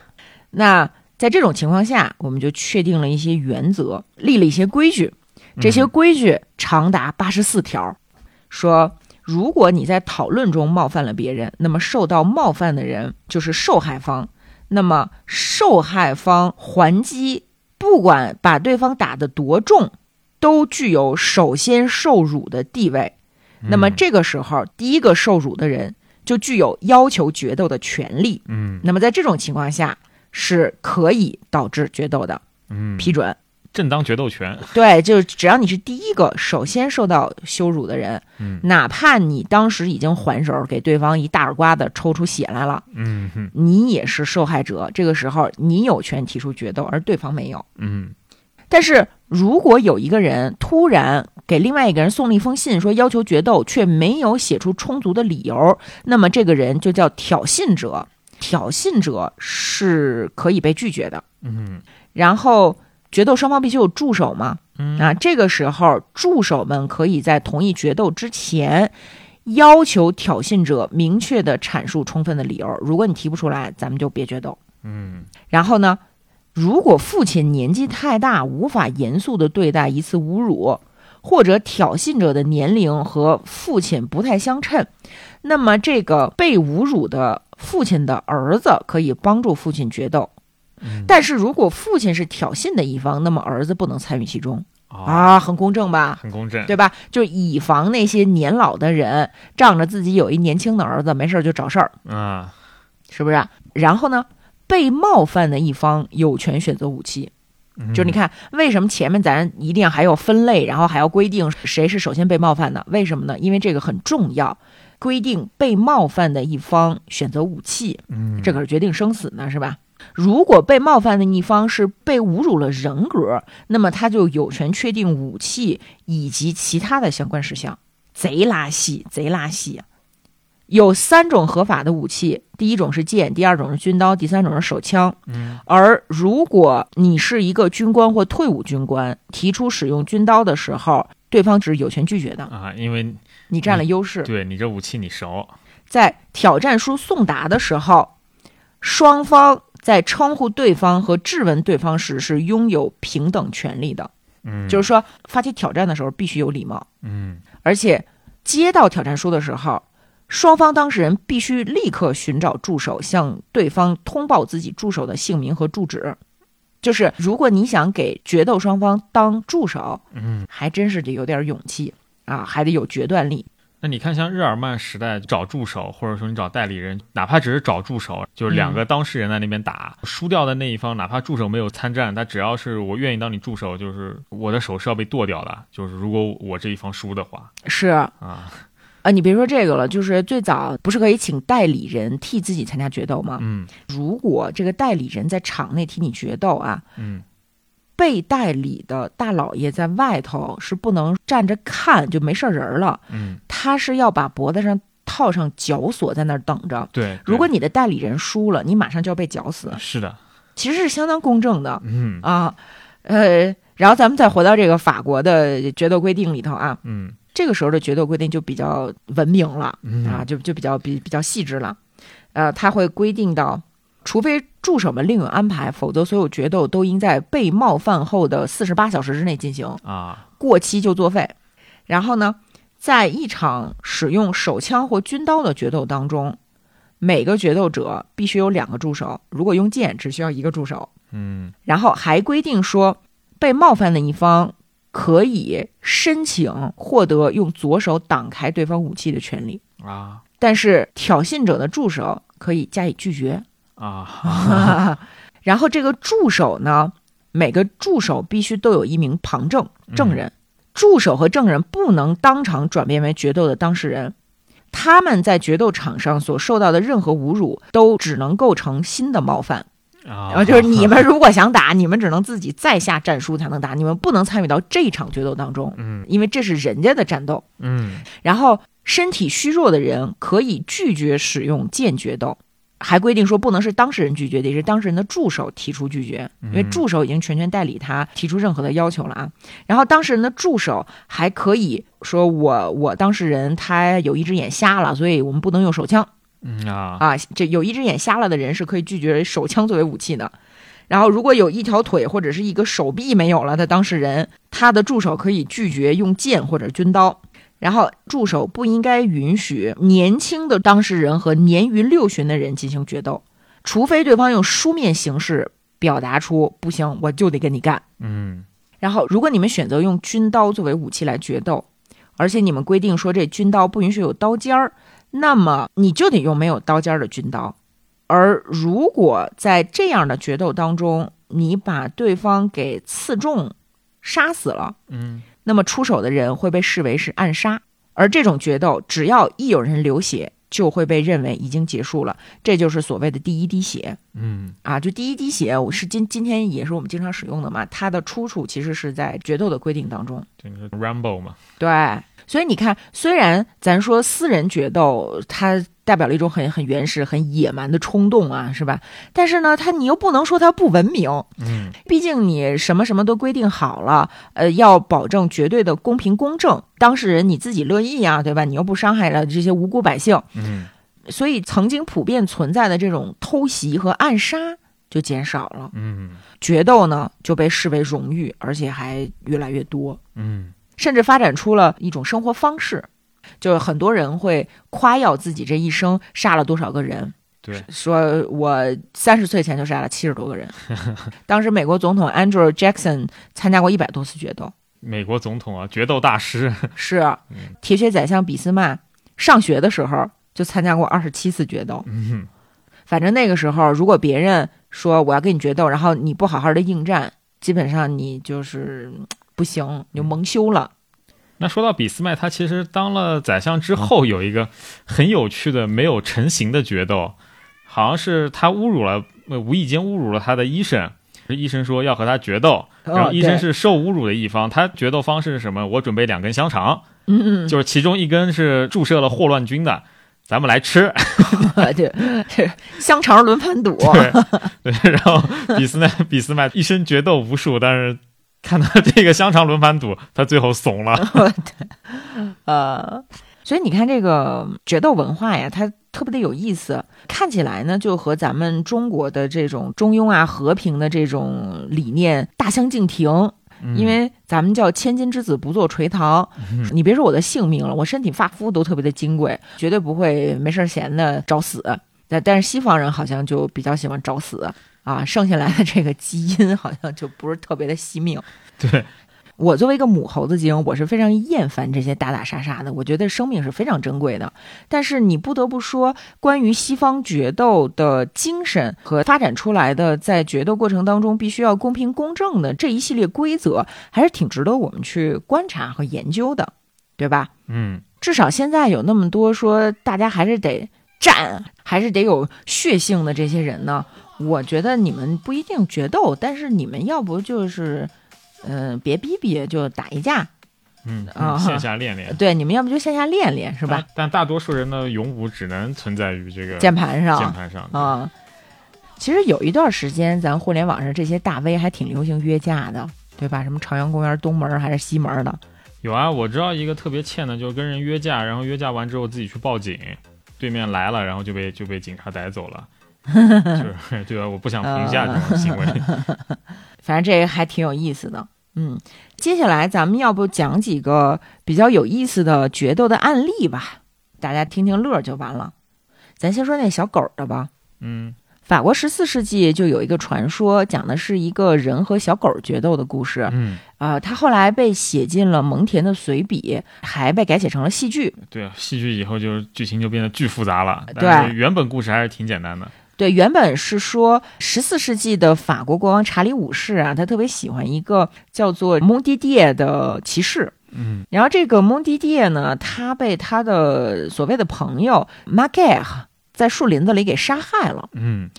S1: 那在这种情况下，我们就确定了一些原则，立了一些规矩。这
S2: 嗯
S1: 些规矩长达八十四条，说如果你在讨论中冒犯了别人，那么受到冒犯的人就是受害方，那么受害方还击，不管把对方打得多重，都具有首先受辱的地位。
S2: 嗯
S1: 那么这个时候，第一个受辱的人就具有要求决斗的权利。
S2: 嗯
S1: 那么在这种情况下，是可以导致决斗的
S2: 嗯，
S1: 批准。
S2: 正当决斗权，
S1: 对，就是只要你是第一个首先受到羞辱的人，
S2: 嗯
S1: 哪怕你当时已经还手，给对方一大耳刮子抽出血来了，
S2: 嗯哼
S1: 你也是受害者。这个时候，你有权提出决斗，而对方没有。
S2: 嗯
S1: 但是如果有一个人突然给另外一个人送了一封信，说要求决斗，却没有写出充足的理由，那么这个人就叫挑衅者。挑衅者是可以被拒绝的。
S2: 嗯
S1: 然后决斗双方必须有助手嘛，
S2: 嗯
S1: 啊，这个时候助手们可以在同意决斗之前。要求挑衅者明确的阐述充分的理由，如果你提不出来，咱们就别决斗。
S2: 嗯
S1: 然后呢，如果父亲年纪太大，无法严肃的对待一次侮辱，或者挑衅者的年龄和父亲不太相称，那么这个被侮辱的父亲的儿子可以帮助父亲决斗。
S2: 嗯
S1: 但是如果父亲是挑衅的一方，那么儿子不能参与其中。啊，很公正吧？
S2: 很公正，
S1: 对吧？就以防那些年老的人仗着自己有一年轻的儿子，没事儿就找事儿，
S2: 啊，
S1: 是不是？然后呢，被冒犯的一方有权选择武器。就是你
S2: 看，
S1: 看，为什么前面咱一定还要分类，然后还要规定谁是首先被冒犯的？为什么呢？因为这个很重要，规定被冒犯的一方选择武器，
S2: 嗯，
S1: 这可是决定生死呢，是吧？如果被冒犯的一方是被侮辱了人格，那么他就有权确定武器以及其他的相关事项。贼拉细，贼拉细啊！有三种合法的武器，第一种是剑，第二种是军刀，第三种是手枪。
S2: 嗯
S1: 而如果你是一个军官或退伍军官，提出使用军刀的时候，对方是有权拒绝的，
S2: 啊，因为
S1: 你占了优势。
S2: 对你这武器你熟，
S1: 在挑战书送达的时候，双方在称呼对方和质问对方时是拥有平等权利的，
S2: 嗯，
S1: 就是说发起挑战的时候必须有礼貌，
S2: 嗯
S1: 而且接到挑战书的时候。双方当事人必须立刻寻找助手，向对方通报自己助手的姓名和住址。就是如果你想给决斗双方当助手，
S2: 嗯，
S1: 还真是得有点勇气啊，还得有决断力。
S2: 那你看，像日耳曼时代找助手，或者说你找代理人，哪怕只是找助手，就
S1: 嗯
S2: 是两个当事人在那边打，输掉的那一方，哪怕助手没有参战，他只要是我愿意当你助手，就是我的手是要被剁掉的，就是如果我这一方输的话
S1: 是啊、
S2: 啊，
S1: 你别说这个了，就是最早不是可以请代理人替自己参加决斗吗？
S2: 嗯
S1: 如果这个代理人在场内替你决斗啊，
S2: 嗯
S1: 被代理的大老爷在外头是不能站着看就没事儿人儿了，
S2: 嗯，
S1: 他是要把脖子上套上绞索在那儿等着。
S2: 对，
S1: 如果
S2: 对
S1: 你的代理人输了，你马上就要被绞死，
S2: 是的，
S1: 其实是相当公正的。
S2: 嗯
S1: 啊，呃，然后咱们再回到这个法国的决斗规定里头啊，
S2: 嗯
S1: 这个时候的决斗规定就比较文明了
S2: 嗯
S1: 啊，就就比较比比较细致了，呃，它会规定到。除非助手们另有安排，否则所有决斗都应在被冒犯后的四十八小时之内进行，
S2: 啊，
S1: 过期就作废。然后呢，在一场使用手枪或军刀的决斗当中，每个决斗者必须有两个助手，如果用剑只需要一个助手。
S2: 嗯
S1: 然后还规定说，被冒犯的一方可以申请获得用左手挡开对方武器的权利，
S2: 啊
S1: 但是挑衅者的助手可以加以拒绝。
S2: 啊，
S1: 然后这个助手呢，每个助手必须都有一名旁证证
S2: 嗯
S1: 人，助手和证人不能当场转变为决斗的当事人。他们在决斗场上所受到的任何侮辱，都只能构成新的冒犯。然
S2: 啊，
S1: 后就是你们如果想打，你们只能自己再下战书才能打，你们不能参与到这场决斗当中，
S2: 嗯
S1: 因为这是人家的战斗。
S2: 嗯
S1: 然后身体虚弱的人可以拒绝使用剑决斗，还规定说不能是当事人拒绝，得是当事人的助手提出拒绝，因为
S2: 嗯
S1: 助手已经全权代理他提出任何的要求了啊。然后当事人的助手还可以说我我当事人他有一只眼瞎了，所以我们不能用手枪。
S2: 嗯啊
S1: 啊，这有一只眼瞎了的人是可以拒绝手枪作为武器的。然后，如果有一条腿或者是一个手臂没有了的当事人，他的助手可以拒绝用剑或者军刀。然后，助手不应该允许年轻的当事人和年逾六旬的人进行决斗，除非对方用书面形式表达出“不行，我就得跟你干”。
S2: 嗯
S1: 然后，如果你们选择用军刀作为武器来决斗，而且你们规定说这军刀不允许有刀尖儿，那么你就得用没有刀尖儿的军刀。而如果在这样的决斗当中，你把对方给刺中、杀死了，
S2: 嗯
S1: 那么出手的人会被视为是暗杀。而这种决斗，只要一有人流血，就会被认为已经结束了，这就是所谓的第一滴血。
S2: 嗯
S1: 啊，就第一滴血，我是今今天也是我们经常使用的嘛，它的出处其实是在决斗的规定当中。
S2: 就你说 Rambo 嘛，
S1: 对，所以你看，虽然咱说私人决斗，它代表了一种很很原始、很野蛮的冲动啊，是吧？但是呢，它你又不能说它不文明，
S2: 嗯
S1: 毕竟你什么什么都规定好了，呃，要保证绝对的公平公正，当事人你自己乐意啊，对吧？你又不伤害了这些无辜百姓，
S2: 嗯
S1: 所以曾经普遍存在的这种偷袭和暗杀就减少了。
S2: 嗯
S1: 决斗呢就被视为荣誉，而且还越来越多，
S2: 嗯
S1: 甚至发展出了一种生活方式，就是很多人会夸耀自己这一生杀了多少个人。
S2: 对
S1: 说我三十岁前就杀了七十多个人。当时美国总统 Andrew Jackson 参加过一百多次决斗，
S2: 美国总统啊，决斗大师，
S1: 是铁血宰相俾斯麦上学的时候就参加过二十七次决斗。
S2: 嗯，
S1: 反正那个时候，如果别人说我要跟你决斗，然后你不好好的应战，基本上你就是嗯不行，你就蒙羞了。
S2: <laughs> 那说到俾斯麦，他其实当了宰相之后，有一个很有趣的没有成型的决斗，好像是他侮辱了，呃无意间侮辱了他的医生。医生说要和他决斗，嗯然后
S1: 哦
S2: 医生
S1: 对
S2: 是受侮辱的一方。他决斗方式是什么？我准备两根香肠， <laughs>
S1: 嗯
S2: 就是其中一根是注射了霍乱菌的，咱们来吃。 <laughs>
S1: 嗯， <laughs> 对，是香肠轮盘赌。
S2: 对对，然后俾斯麦 <laughs> 俾斯麦一身决斗无数，但是看到这个香肠轮盘赌，他最后怂了。
S1: 呃，所以你看这个决斗文化呀，它特别的有意思。看起来呢，就和咱们中国的这种中庸啊、和平的这种理念大相径庭。
S2: 嗯
S1: <laughs> 因为咱们叫千金之子不做垂堂，你别说我的性命了，我身体发肤都特别的金贵，绝对不会没事儿闲的找死。但但是西方人好像就比较喜欢找死啊，剩下来的这个基因好像就不是特别的惜命。
S2: 嗯对，
S1: 我作为一个母猴子精，我是非常厌烦这些打打杀杀的。我觉得生命是非常珍贵的，但是你不得不说，关于西方决斗的精神和发展出来的在决斗过程当中必须要公平公正的这一系列规则，还是挺值得我们去观察和研究的，对吧？
S2: 嗯，
S1: 至少现在有那么多说大家还是得战，还是得有血性的这些人呢。我觉得你们不一定决斗，但是你们要不就是，嗯、别逼逼，就打一架。
S2: 嗯
S1: 啊
S2: 嗯，线下练练
S1: 对，你们要不就线下练练， <laughs> 是
S2: 是
S1: 吧？？
S2: 但但大多数人的勇武只能存在于这个
S1: 键盘上，
S2: 键盘上。
S1: 啊、其实有一段时间，咱互联网上这些大 V 还挺流行约架的，对吧？什么朝阳公园东门儿还是西门儿的，
S2: 有啊，我知道一个特别欠的，就是跟人约架，然后约架完之后自己去报警，对面来了，然后就被就被警察逮走
S1: <laughs>
S2: 了。就是对吧？我不想
S1: 啊
S2: 评价这种行为。
S1: <laughs> 反正这个还挺有意思的。嗯，接下来咱们要不讲几个比较有意思的决斗的案例吧，大家听听乐儿就完了。咱先说那小狗儿的吧。
S2: 嗯
S1: 法国十四世纪就有一个传说，讲的是一个人和小狗儿决斗的故事。
S2: 嗯，
S1: 啊，它后来被写进了蒙田的随笔，还被改写成了戏剧。
S2: 对啊，戏剧以后就剧情就变得巨复杂了。
S1: 对
S2: 但是原本故事还是挺简单的。
S1: 对，原本是说十四世纪的法国国王查理五世啊，他特别喜欢一个叫做蒙迪迪耶的骑士。
S2: 嗯，
S1: 然后这个蒙迪迪耶呢，他被他的所谓的朋友马盖在树林子里给杀害了。
S2: 嗯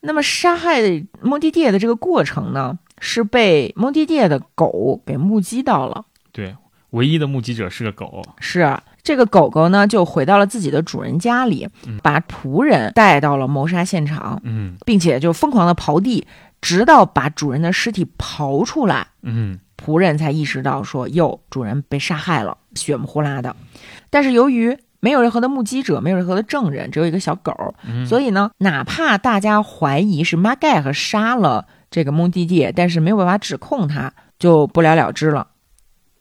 S1: 那么杀害蒙迪迪耶的这个过程呢，是被蒙迪迪耶的狗给目击到了。，
S2: 对，唯一的目击者是个狗。
S1: 是啊这个狗狗呢，就回到了自己的主人家里
S2: 嗯，
S1: 把仆人带到了谋杀现场。
S2: 嗯
S1: 并且就疯狂的刨地，直到把主人的尸体刨出来，
S2: 嗯
S1: 仆人才意识到说，哟，主人被杀害了，血不呼啦的。但是由于没有任何的目击者，没有任何的证人，只有一个小狗，
S2: 嗯，
S1: 所以呢，哪怕大家怀疑是马盖和杀了这个蒙蒂蒂，但是没有办法指控他，就不了了之了。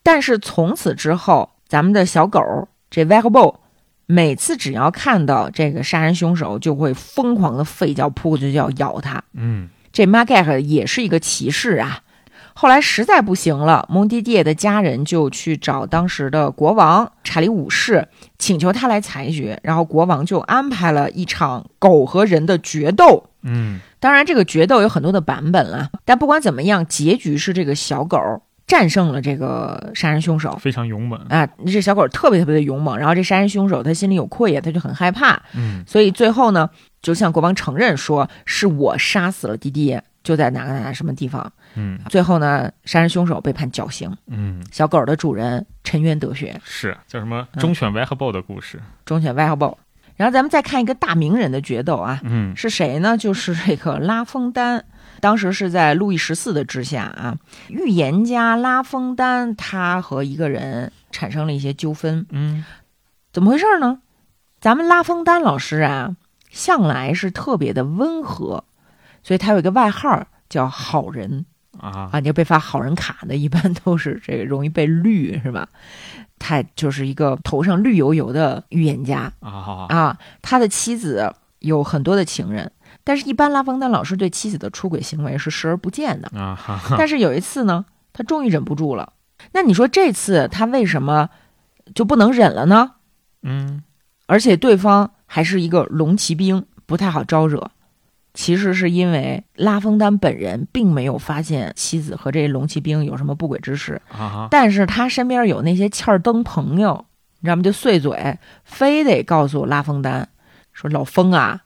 S1: 但是从此之后，咱们的小狗这 v a g b o 每次只要看到这个杀人凶手，就会疯狂的吠叫，扑过去就要咬他。
S2: 嗯
S1: 这 m a g a g 也是一个骑士啊。后来实在不行了，蒙迪迪的家人就去找当时的国王查理五世，请求他来裁决。然后国王就安排了一场狗和人的决斗。
S2: 嗯
S1: 当然，这个决斗有很多的版本了，但不管怎么样，结局是这个小狗战胜了这个杀人凶手。
S2: 非常勇
S1: <laughs>
S2: 猛。
S1: 啊，这小狗特别特别的勇猛，然后这杀人凶手他心里有愧呀，他就很害怕，
S2: 嗯
S1: 所以最后呢，就向国王承认说是我杀死了迪迪，就在哪个哪个什么地方。
S2: 嗯
S1: 最后呢，杀人凶手被判绞刑，
S2: 嗯，
S1: 小狗的主人沉冤得雪，
S2: 是叫什
S1: 嗯
S2: 么忠犬 w a h a b o 的故事。
S1: 忠犬 w a h b o 然后咱们再看一个大名人的决斗啊，
S2: 嗯
S1: 是谁呢？就是这个拉封丹，当时是在路易十四的治下啊。预言家拉封丹他和一个人产生了一些纠纷，
S2: 嗯
S1: 怎么回事呢？咱们拉封丹老师啊，向来是特别的温和，所以他有一个外号叫“好人”
S2: 啊
S1: 啊。你要被发好人卡的，一般都是这个容易被绿，是吧？他就是一个头上绿油油的预言家
S2: 啊好好
S1: 啊。他的妻子有很多的情人，但是一般拉封丹老师对妻子的出轨行为是视而不见的。
S2: 啊哈哈
S1: 但是有一次呢，他终于忍不住了，那你说这次他为什么就不能忍了呢？
S2: 嗯，
S1: 而且对方还是一个龙骑兵，不太好招惹。其实是因为拉封丹本人并没有发现妻子和这龙骑兵有什么不轨之事，
S2: 啊哈，
S1: 但是他身边有那些欠儿登朋友，你知道吗？就碎嘴，非得告诉拉封丹说：“老封啊，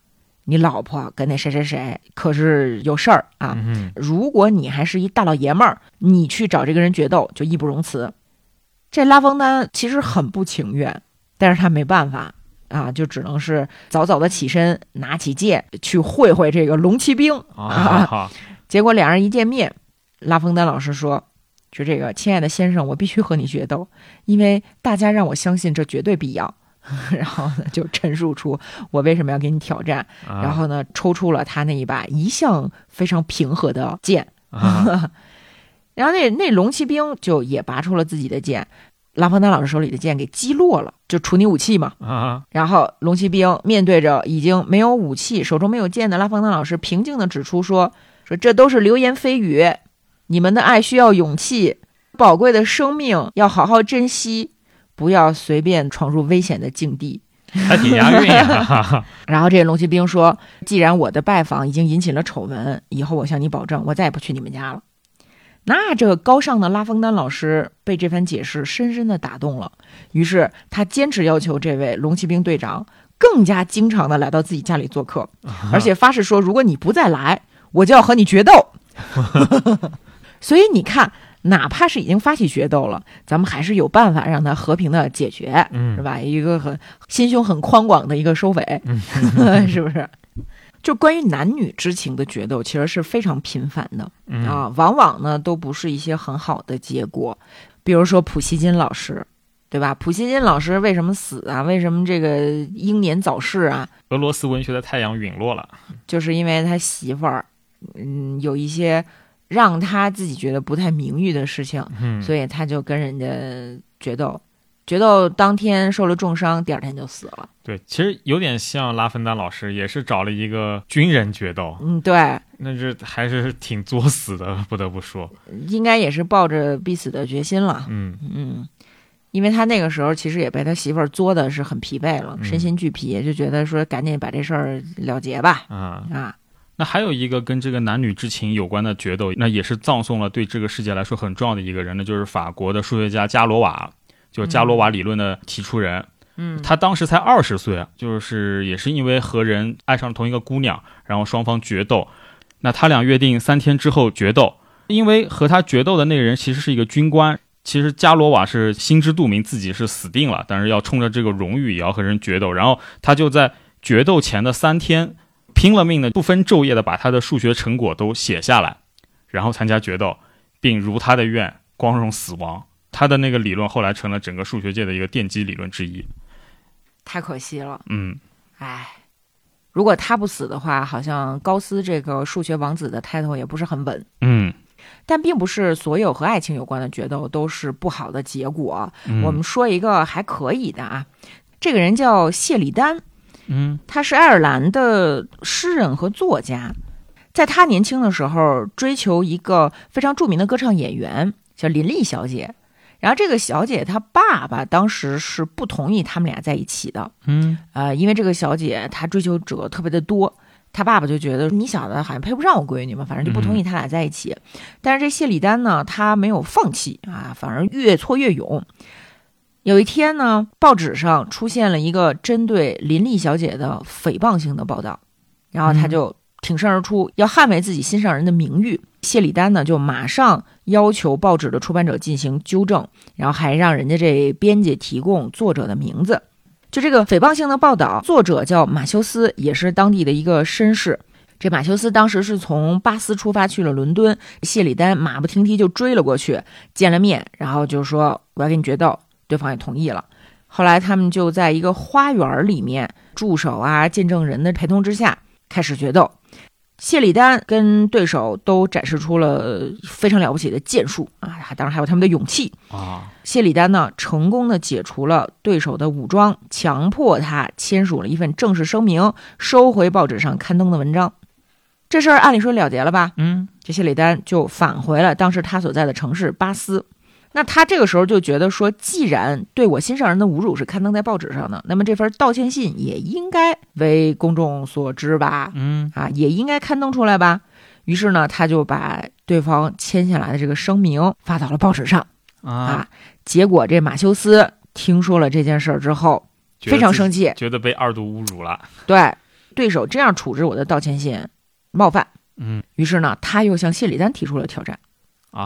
S1: 你老婆跟那谁谁谁可是有事儿啊。
S2: 嗯
S1: 如果你还是一大老爷们儿，你去找这个人决斗就义不容辞。”这拉封丹其实很不情愿，但是他没办法啊，就只能是早早的起身，拿起剑去会会这个龙骑兵。
S2: 哼，啊哈，
S1: 结果两人一见面，拉封丹老师说：“就这个，亲爱的先生，我必须和你决斗，因为大家让我相信这绝对必要。” <laughs> 然后呢，就陈述出我为什么要给你挑战。然
S2: 然
S1: 后呢，抽出了他那一把一向非常平和的剑。
S2: 啊
S1: <laughs> 然后那那龙骑兵就也拔出了自己的剑，拉封丹老师手里的剑给击落了，就处女武器嘛。
S2: 啊
S1: 然后龙骑兵面对着已经没有武器、手中没有剑的拉方丹老师，平静地指出说：“说这都是流言蜚语，你们的爱需要勇气，宝贵的生命要好好珍惜，不要随便闯入危险的境地。
S2: 还挺押韵呀，哈哈”
S1: 然后这龙骑兵说：“既然我的拜访已经引起了丑闻，以后我向你保证，我再也不去你们家了。”那这个高尚的拉封丹老师被这番解释深深的打动了，于是他坚持要求这位龙骑兵队长更加经常的来到自己家里做客， <laughs> 而且发誓说，如果你不再来，我就要和你决斗。所以你看，哪怕是已经发起决斗了，咱们还是有办法让他和平的解决，是
S2: <laughs> 嗯
S1: 吧？一个很心胸很宽广的一个收尾，<laughs>
S2: 嗯
S1: 是不是？就关于男女之情的决斗，其实是非常频繁的。
S2: 嗯
S1: 啊，往往呢都不是一些很好的结果。比如说普希金老师，对吧？普希金老师为什么死啊？为什么这个英年早逝啊？
S2: 俄罗斯文学的太阳陨落了，嗯
S1: 就是因为他媳妇儿，嗯，有一些让他自己觉得不太名誉的事情，
S2: 嗯，
S1: 所以他就跟人家决斗。决斗当天受了重伤，第二天就死了。
S2: 对，其实有点像拉芬丹老师，也是找了一个军人决斗，
S1: 嗯，对，
S2: 那这还是挺作死的，不得不说，
S1: 应该也是抱着必死的决心了。
S2: 嗯
S1: 嗯，因为他那个时候其实也被他媳妇儿作的是很疲惫了，
S2: 嗯
S1: 身心俱疲，就觉得说赶紧把这事儿了结吧。
S2: 啊。
S1: 啊，
S2: 那还有一个跟这个男女之情有关的决斗，那也是葬送了对这个世界来说很重要的一个人，那就是法国的数学家伽罗瓦，就是伽罗瓦理论的提出人。
S1: 嗯，
S2: 他当时才二十岁，啊就是也是因为和人爱上了同一个姑娘，然后双方决斗。那他俩约定三天之后决斗，因为和他决斗的那个人其实是一个军官。其实伽罗瓦是心知肚明自己是死定了，但是要冲着这个荣誉也要和人决斗。然后他就在决斗前的三天，拼了命的不分昼夜的把他的数学成果都写下来，然后参加决斗，并如他的愿光荣死亡。他的那个理论后来成了整个数学界的一个奠基理论之一。
S1: 太可惜了，
S2: 嗯，
S1: 哎。如果他不死的话，好像高斯这个数学王子的 title 也不是很稳。
S2: 嗯，
S1: 但并不是所有和爱情有关的决斗都是不好的结果。
S2: 嗯
S1: 我们说一个还可以的啊，这个人叫谢里丹，
S2: 嗯
S1: 他是爱尔兰的诗人和作家，在他年轻的时候追求一个非常著名的歌唱演员，叫林莉小姐。然后这个小姐她爸爸当时是不同意他们俩在一起的，
S2: 嗯
S1: 呃，因为这个小姐她追求者特别的多，她爸爸就觉得你小子好像配不上我闺女嘛，反正就不同意他俩在一起。但是这谢里丹呢，她没有放弃啊，反而越挫越勇。有一天呢，报纸上出现了一个针对林丽小姐的诽谤性的报道，然后她就挺身而出，要捍卫自己心上人的名誉。谢里丹呢，就马上要求报纸的出版者进行纠正，然后还让人家这编辑提供作者的名字。就这个诽谤性的报道，作者叫马修斯，也是当地的一个绅士。这马修斯当时是从巴斯出发去了伦敦，谢里丹马不停蹄就追了过去，见了面，然后就说我要跟你决斗，对方也同意了。后来他们就在一个花园里面，助手啊、见证人的陪同之下开始决斗。谢里丹跟对手都展示出了非常了不起的剑术啊，当然还有他们的勇气。
S2: 啊，
S1: 谢里丹呢，成功的解除了对手的武装，强迫他签署了一份正式声明，收回报纸上刊登的文章。这事儿按理说了结了吧？
S2: 嗯
S1: 这谢里丹就返回了当时他所在的城市巴斯。那他这个时候就觉得说，既然对我心上人的侮辱是刊登在报纸上的，那么这份道歉信也应该为公众所知吧？
S2: 嗯
S1: 啊，也应该刊登出来吧？于是呢，他就把对方签下来的这个声明发到了报纸上
S2: 啊，
S1: 啊。结果这马修斯听说了这件事儿之后，
S2: 觉得
S1: 非常
S2: 自己
S1: 生气，
S2: 觉得被二度侮辱了。
S1: 对对手这样处置我的道歉信，冒犯。
S2: 嗯
S1: 于是呢，他又向谢里丹提出了挑战。
S2: 啊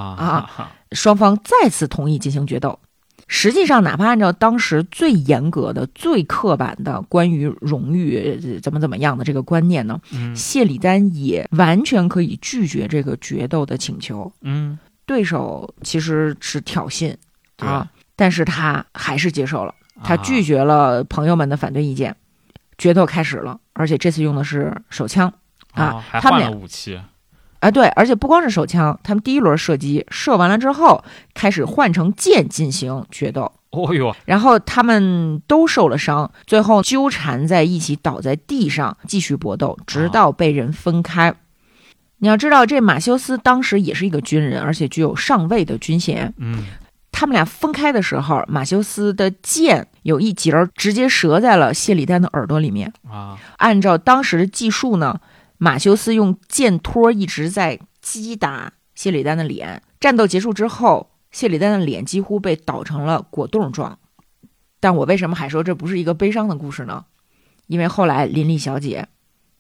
S1: 啊，双方再次同意进行决斗。实际上，哪怕按照当时最严格的、最刻板的关于荣誉呃怎么怎么样的这个观念呢，
S2: 嗯
S1: 谢里丹也完全可以拒绝这个决斗的请求。
S2: 嗯，
S1: 对手其实是挑衅
S2: 对
S1: 啊，但是他还是接受了，
S2: 啊
S1: 他拒
S2: 绝
S1: 绝了朋友们的反对意见。决斗开始了，而且这次用的是手枪。啊
S2: 还
S1: 他们
S2: 换
S1: 俩
S2: 了武器。
S1: 啊，对，而且不光是手枪，他们第一轮射击射完了之后，开始换成剑进行决斗，
S2: 哦哟，
S1: 然后他们都受了伤，最后纠缠在一起倒在地上，继续搏斗，直到被人分开。你要知道，这马修斯当时也是一个军人，而且具有上尉的军衔。
S2: 嗯
S1: 他们俩分开的时候，马修斯的剑有一节儿直接折在了谢里丹的耳朵里面。
S2: 啊
S1: 按照当时的技术呢，马修斯用剑托一直在击打谢里丹的脸。战斗结束之后，谢里丹的脸几乎被捣成了果冻状。但我为什么还说这不是一个悲伤的故事呢？因为后来林莉小姐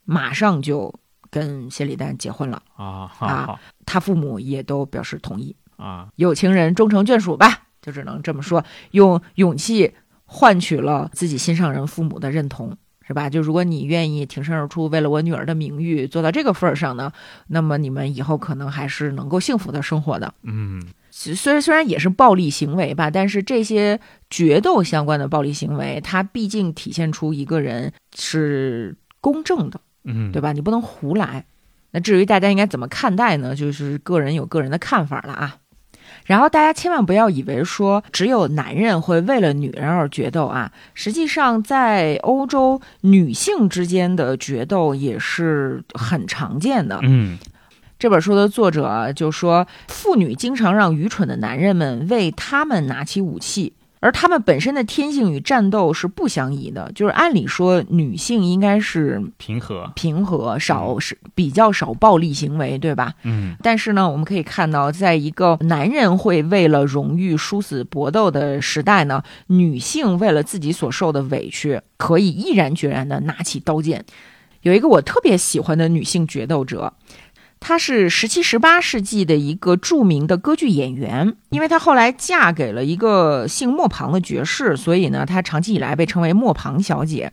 S1: 马上就跟谢里丹结婚了，
S2: 啊
S1: 啊
S2: 好
S1: 她父母也都表示同意。
S2: 啊
S1: 有情人终成眷属吧，就只能这么说，用勇气换取了自己心上人父母的认同，是吧？就如果你愿意挺身而出，为了我女儿的名誉做到这个份儿上呢，那么你们以后可能还是能够幸福的生活的。
S2: 嗯
S1: 虽虽然虽然也是暴力行为吧，但是这些决斗相关的暴力行为，它毕竟体现出一个人是公正的。
S2: 嗯
S1: 对吧？你不能胡来。那至于大家应该怎么看待呢？就是个人有个人的看法了啊。然后大家千万不要以为说只有男人会为了女人而决斗啊，实际上在欧洲女性之间的决斗也是很常见的。
S2: 嗯
S1: 这本书的作者就说，妇女经常让愚蠢的男人们为他们拿起武器，而他们本身的天性与战斗是不相宜的。就是按理说，女性应该是
S2: 平和
S1: 平和，少是比较少暴力行为，对吧？
S2: 嗯
S1: 但是呢，我们可以看到，在一个男人会为了荣誉殊死搏斗的时代呢，女性为了自己所受的委屈，可以毅然决然地拿起刀剑。有一个我特别喜欢的女性决斗者。她是十七、十八世纪的一个著名的歌剧演员，因为她后来嫁给了一个姓莫庞的爵士，所以呢，她长期以来被称为莫庞小姐。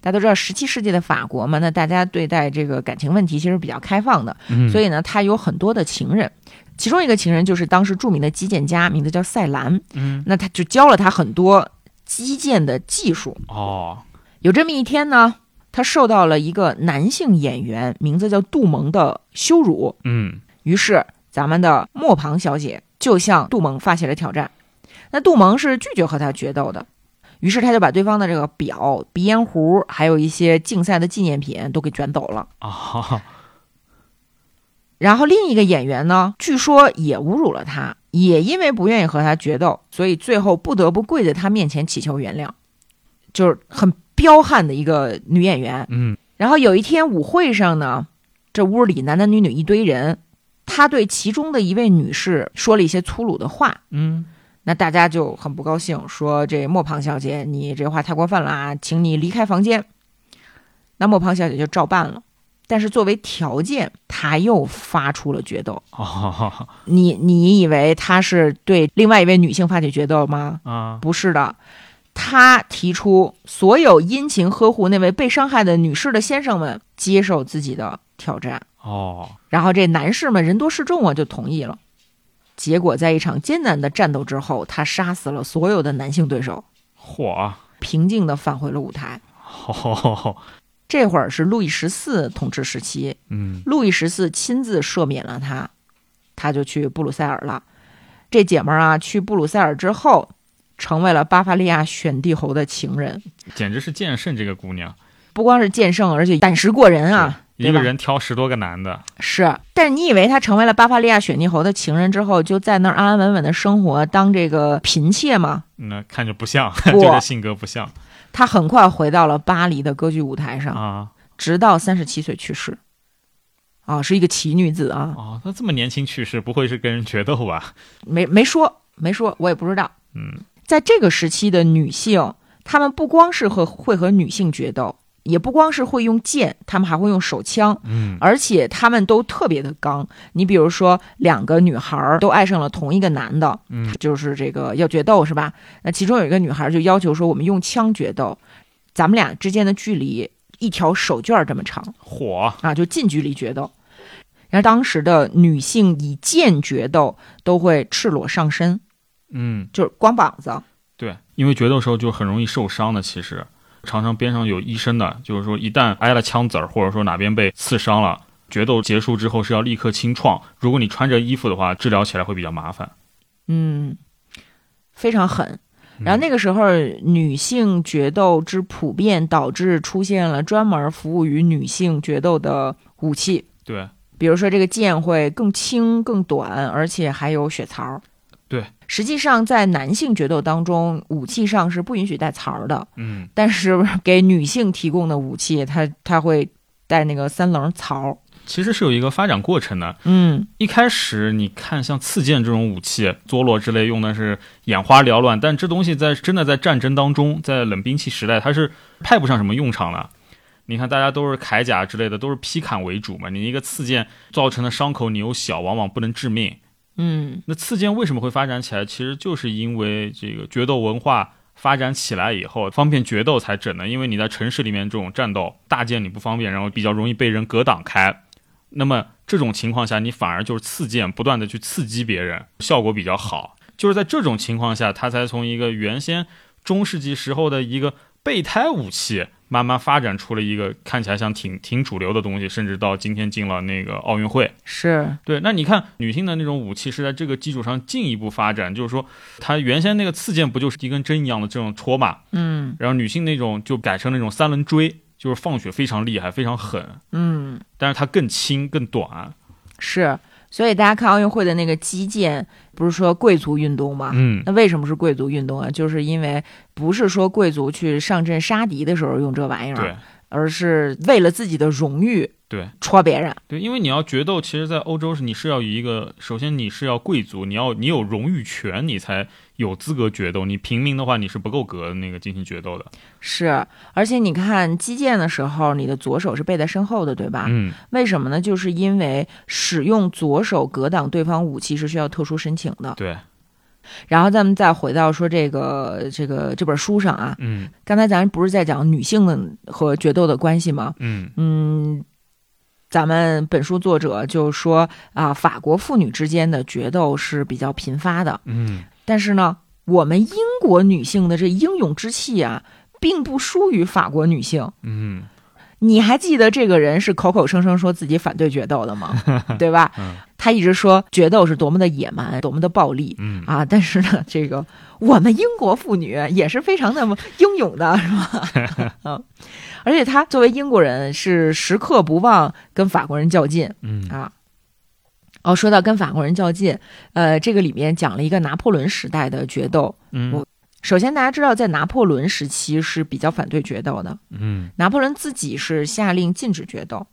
S1: 大家都知道，十七世纪的法国嘛，那大家对待这个感情问题其实比较开放的，
S2: 嗯
S1: 所以呢，他有很多的情人，其中一个情人就是当时著名的击剑家，名字叫赛兰。
S2: 嗯
S1: 那他就教了他很多击剑的技术。
S2: 哦
S1: 有这么一天呢，他受到了一个男性演员，名字叫杜蒙的羞辱，
S2: 嗯
S1: 于是咱们的莫庞小姐就向杜蒙发起了挑战。那杜蒙是拒绝和他决斗的，于是他就把对方的这个表、鼻烟壶，还有一些竞赛的纪念品都给卷走了。
S2: 啊
S1: 然后另一个演员呢，据说也侮辱了他，也因为不愿意和他决斗，所以最后不得不跪在他面前祈求原谅，就是很彪悍的一个女演员。
S2: 嗯
S1: 然后有一天舞会上呢，这屋里男男女女一堆人，他对其中的一位女士说了一些粗鲁的话，
S2: 嗯
S1: 那大家就很不高兴，说这莫庞小姐，你这话太过分了啊，请你离开房间。那莫庞小姐就照办了，但是作为条件，她又发出了决斗。
S2: 哦
S1: 你你以为她是对另外一位女性发起决斗吗？
S2: 啊
S1: 不是的，她提出所有殷勤呵护那位被伤害的女士的先生们接受自己的挑战。
S2: 哦
S1: 然后这男士们人多势众啊，就同意了。结果在一场艰难的战斗之后，他杀死了所有的男性对手，
S2: 嚯
S1: 平静地返回了舞台。
S2: 哦
S1: 这会儿是路易十四统治时期，
S2: 嗯
S1: 路易十四亲自赦免了他，他就去布鲁塞尔了。这姐们儿啊，去布鲁塞尔之后，成为了巴伐利亚选帝侯的情人，
S2: 简直是剑圣这个姑娘
S1: 不光是剑圣，而且胆识过人啊！
S2: 是
S1: 对吧
S2: 一个人挑十多个男的，
S1: 是，但是你以为他成为了巴伐利亚雪地猴的情人之后，就在那儿安安稳稳的生活，当这个嫔妾吗？
S2: 那看着不像， <laughs>
S1: 不
S2: 这个性格不像
S1: 他很快回到了巴黎的歌剧舞台上，
S2: 啊
S1: 直到三十七岁去世。啊、是一个奇女子啊，
S2: 哦，他这么年轻去世，不会是跟人决斗吧？
S1: 没没说，没说，我也不知道。
S2: 嗯，
S1: 在这个时期的女性，她们不光是和会和女性决斗，也不光是会用剑，她们还会用手枪，
S2: 嗯，
S1: 而且她们都特别的刚。你比如说，两个女孩儿都爱上了同一个男的，
S2: 嗯，
S1: 就是这个要决斗是吧？那其中有一个女孩就要求说，我们用枪决斗，咱们俩之间的距离一条手绢儿这么长
S2: 火，
S1: 啊，就近距离决斗。然后当时的女性以剑决斗都会赤裸上身，
S2: 嗯，
S1: 就是光膀子。
S2: 对，因为决斗时候就很容易受伤的，其实常常边上有医生的，就是说一旦挨了枪子儿，或者说哪边被刺伤了，决斗结束之后是要立刻清创。如果你穿着衣服的话，治疗起来会比较麻烦。
S1: 嗯，非常狠。然后那个时候，女性决斗之普遍导致出现了专门服务于女性决斗的武器，
S2: 对，
S1: 比如说这个剑会更轻、更短，而且还有血槽儿。
S2: 对，
S1: 实际上在男性决斗当中，武器上是不允许带槽儿的，
S2: 嗯，
S1: 但是 <laughs> 给女性提供的武器，它它会带那个三棱槽儿。
S2: 其实是有一个发展过程的。
S1: 嗯，
S2: 一开始你看像刺剑这种武器，佐罗之类用的是眼花缭乱，但这东西在真的在战争当中，在冷兵器时代，它是派不上什么用场的。你看，大家都是铠甲之类的，都是劈砍为主嘛。你一个刺剑造成的伤口，你又小，往往不能致命。
S1: 嗯，
S2: 那刺剑为什么会发展起来？其实就是因为这个决斗文化发展起来以后，方便决斗才整的。因为你在城市里面这种战斗，大剑你不方便，然后比较容易被人格挡开。那么这种情况下，你反而就是刺剑不断的去刺激别人，效果比较好。就是在这种情况下，它才从一个原先中世纪时候的一个备胎武器，慢慢发展出了一个看起来像挺挺主流的东西，甚至到今天进了那个奥运会。
S1: 是，
S2: 对，那你看女性的那种武器是在这个基础上进一步发展，就是说，它原先那个刺剑不就是一根针一样的这种戳嘛，
S1: 嗯
S2: 然后女性那种就改成那种三棱锥，就是放血非常厉害，非常狠，
S1: 嗯。
S2: 但是它更轻更短。
S1: 是，所以大家看奥运会的那个击剑，不是说贵族运动吗？
S2: 嗯，
S1: 那为什么是贵族运动啊？就是因为不是说贵族去上阵杀敌的时候用这玩意儿，啊
S2: 对
S1: 而是为了自己的荣誉
S2: 对
S1: 戳别人。
S2: 对，因为你要决斗，其实，在欧洲是你是要有一个，首先你是要贵族，你要你有荣誉权，你才有资格决斗。你平民的话，你是不够格那个进行决斗的。
S1: 是，而且你看击剑的时候，你的左手是背在身后的，对吧？
S2: 嗯，
S1: 为什么呢？就是因为使用左手格挡对方武器是需要特殊申请的。
S2: 对，
S1: 然后咱们再回到说这个这个这本书上啊，
S2: 嗯
S1: 刚才咱不是在讲女性的和决斗的关系吗？
S2: 嗯
S1: 嗯，咱们本书作者就说啊，法国妇女之间的决斗是比较频发的，
S2: 嗯，
S1: 但是呢，我们英国女性的这英勇之气啊，并不输于法国女性。
S2: 嗯，
S1: 你还记得这个人是口口声声说自己反对决斗的吗？对吧？
S2: 嗯
S1: 他一直说决斗是多么的野蛮，多么的暴力。
S2: 嗯，
S1: 啊，但是呢， <laughs> 这个我们英国妇女也是非常的英勇的， <laughs> 是吧？嗯，而且她作为英国人是时刻不忘跟法国人较劲
S2: 嗯，
S1: 啊。哦，说到跟法国人较劲，呃，这个里面讲了一个拿破仑时代的决斗。
S2: 嗯，
S1: 首先，大家知道，在拿破仑时期是比较反对决斗的，
S2: 嗯，
S1: 拿破仑自己是下令禁止决斗。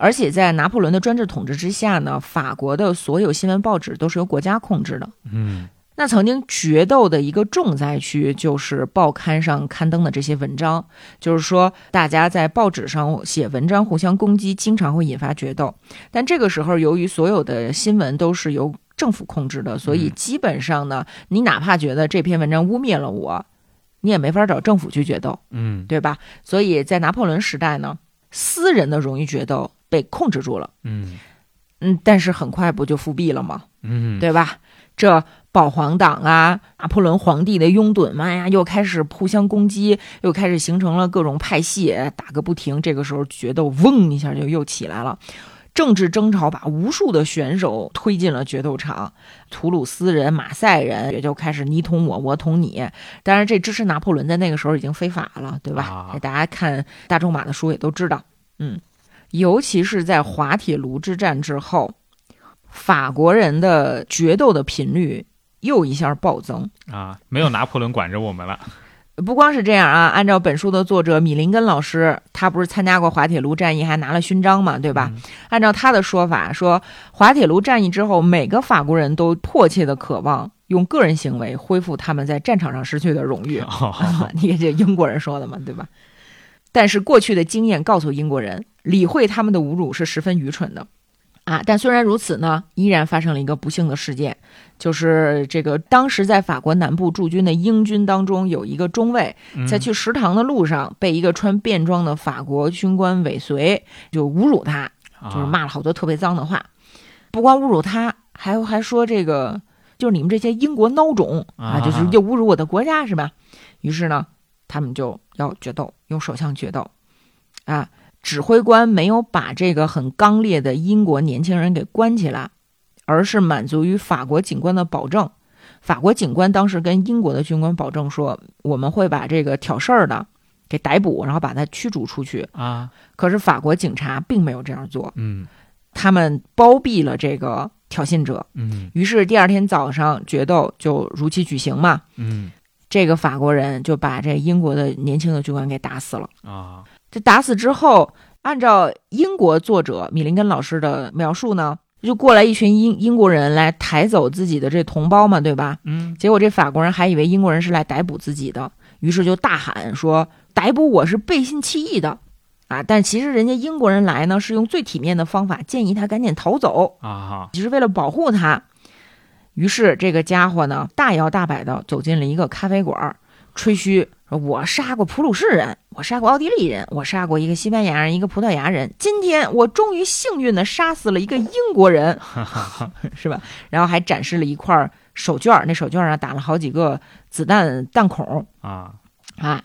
S1: 而且在拿破仑的专制统治之下呢，法国的所有新闻报纸都是由国家控制的，
S2: 嗯。
S1: 那曾经决斗的一个重灾区就是报刊上刊登的这些文章，就是说大家在报纸上写文章互相攻击，经常会引发决斗。但这个时候，由于所有的新闻都是由政府控制的，所以基本上呢，你哪怕觉得这篇文章污蔑了我，你也没法找政府去决斗，
S2: 嗯
S1: 对吧？所以在拿破仑时代呢，私人的荣誉决斗被控制住了，
S2: 嗯
S1: 嗯，但是很快不就复辟了吗？
S2: 嗯，
S1: 对吧？这保皇党啊，拿破仑皇帝的拥趸们呀，又开始互相攻击，又开始形成了各种派系，打个不停。这个时候，决斗嗡一下就又起来了。政治争吵把无数的选手推进了决斗场，图鲁斯人、马赛人也就开始你捅我，我捅你。当然，这支持拿破仑在那个时候已经非法了，对吧？
S2: 啊
S1: 大家看大仲马的书也都知道，嗯。尤其是在滑铁卢之战之后，法国人的决斗的频率又一下暴增。
S2: 啊，没有拿破仑管着我们了。
S1: 不光是这样啊，按照本书的作者米林根老师，他不是参加过滑铁卢战役，还拿了勋章嘛，对吧？按照他的说法，说滑铁卢战役之后，每个法国人都迫切的渴望用个人行为恢复他们在战场上失去的荣誉。
S2: <laughs> 哦
S1: 啊 <laughs> 你看这英国人说的嘛，对吧？但是过去的经验告诉英国人，理会他们的侮辱是十分愚蠢的啊。但虽然如此呢，依然发生了一个不幸的事件，就是这个当时在法国南部驻军的英军当中，有一个中尉
S2: 嗯
S1: 在去食堂的路上被一个穿便装的法国军官尾随，就侮辱他，
S2: 嗯
S1: 就是骂了好多特别脏的话，不光侮辱他，还还说这个就是你们这些英国孬种啊，
S2: 啊
S1: 就是又侮辱我的国家是吧？于是呢，他们就要决斗，用手枪决斗，啊，指挥官没有把这个很刚烈的英国年轻人给关起来，而是满足于法国警官的保证。法国警官当时跟英国的军官保证说，我们会把这个挑事儿的给逮捕，然后把他驱逐出去。
S2: 啊啊，
S1: 可是法国警察并没有这样做，
S2: 嗯
S1: 他们包庇了这个挑衅者，
S2: 嗯
S1: 于是第二天早上决斗就如期举行嘛。
S2: 嗯
S1: 这个法国人就把这英国的年轻的军官给打死了。
S2: 啊，
S1: 这打死之后，按照英国作者米林根老师的描述呢，就过来一群英英国人来抬走自己的这同胞嘛，对吧？
S2: 嗯
S1: 结果这法国人还以为英国人是来逮捕自己的，于是就大喊说：“逮捕我是背信弃义的！”啊，但其实人家英国人来呢，是用最体面的方法建议他赶紧逃走。
S2: 啊，
S1: 只是为了保护他。于是这个家伙呢，大摇大摆地走进了一个咖啡馆，吹嘘说：“我杀过普鲁士人，我杀过奥地利人，我杀过一个西班牙人，一个葡萄牙人。今天我终于幸运地杀死了一个英国人，是吧？”然后还展示了一块手绢儿，那手绢儿上打了好几个子弹弹孔
S2: 啊
S1: 啊。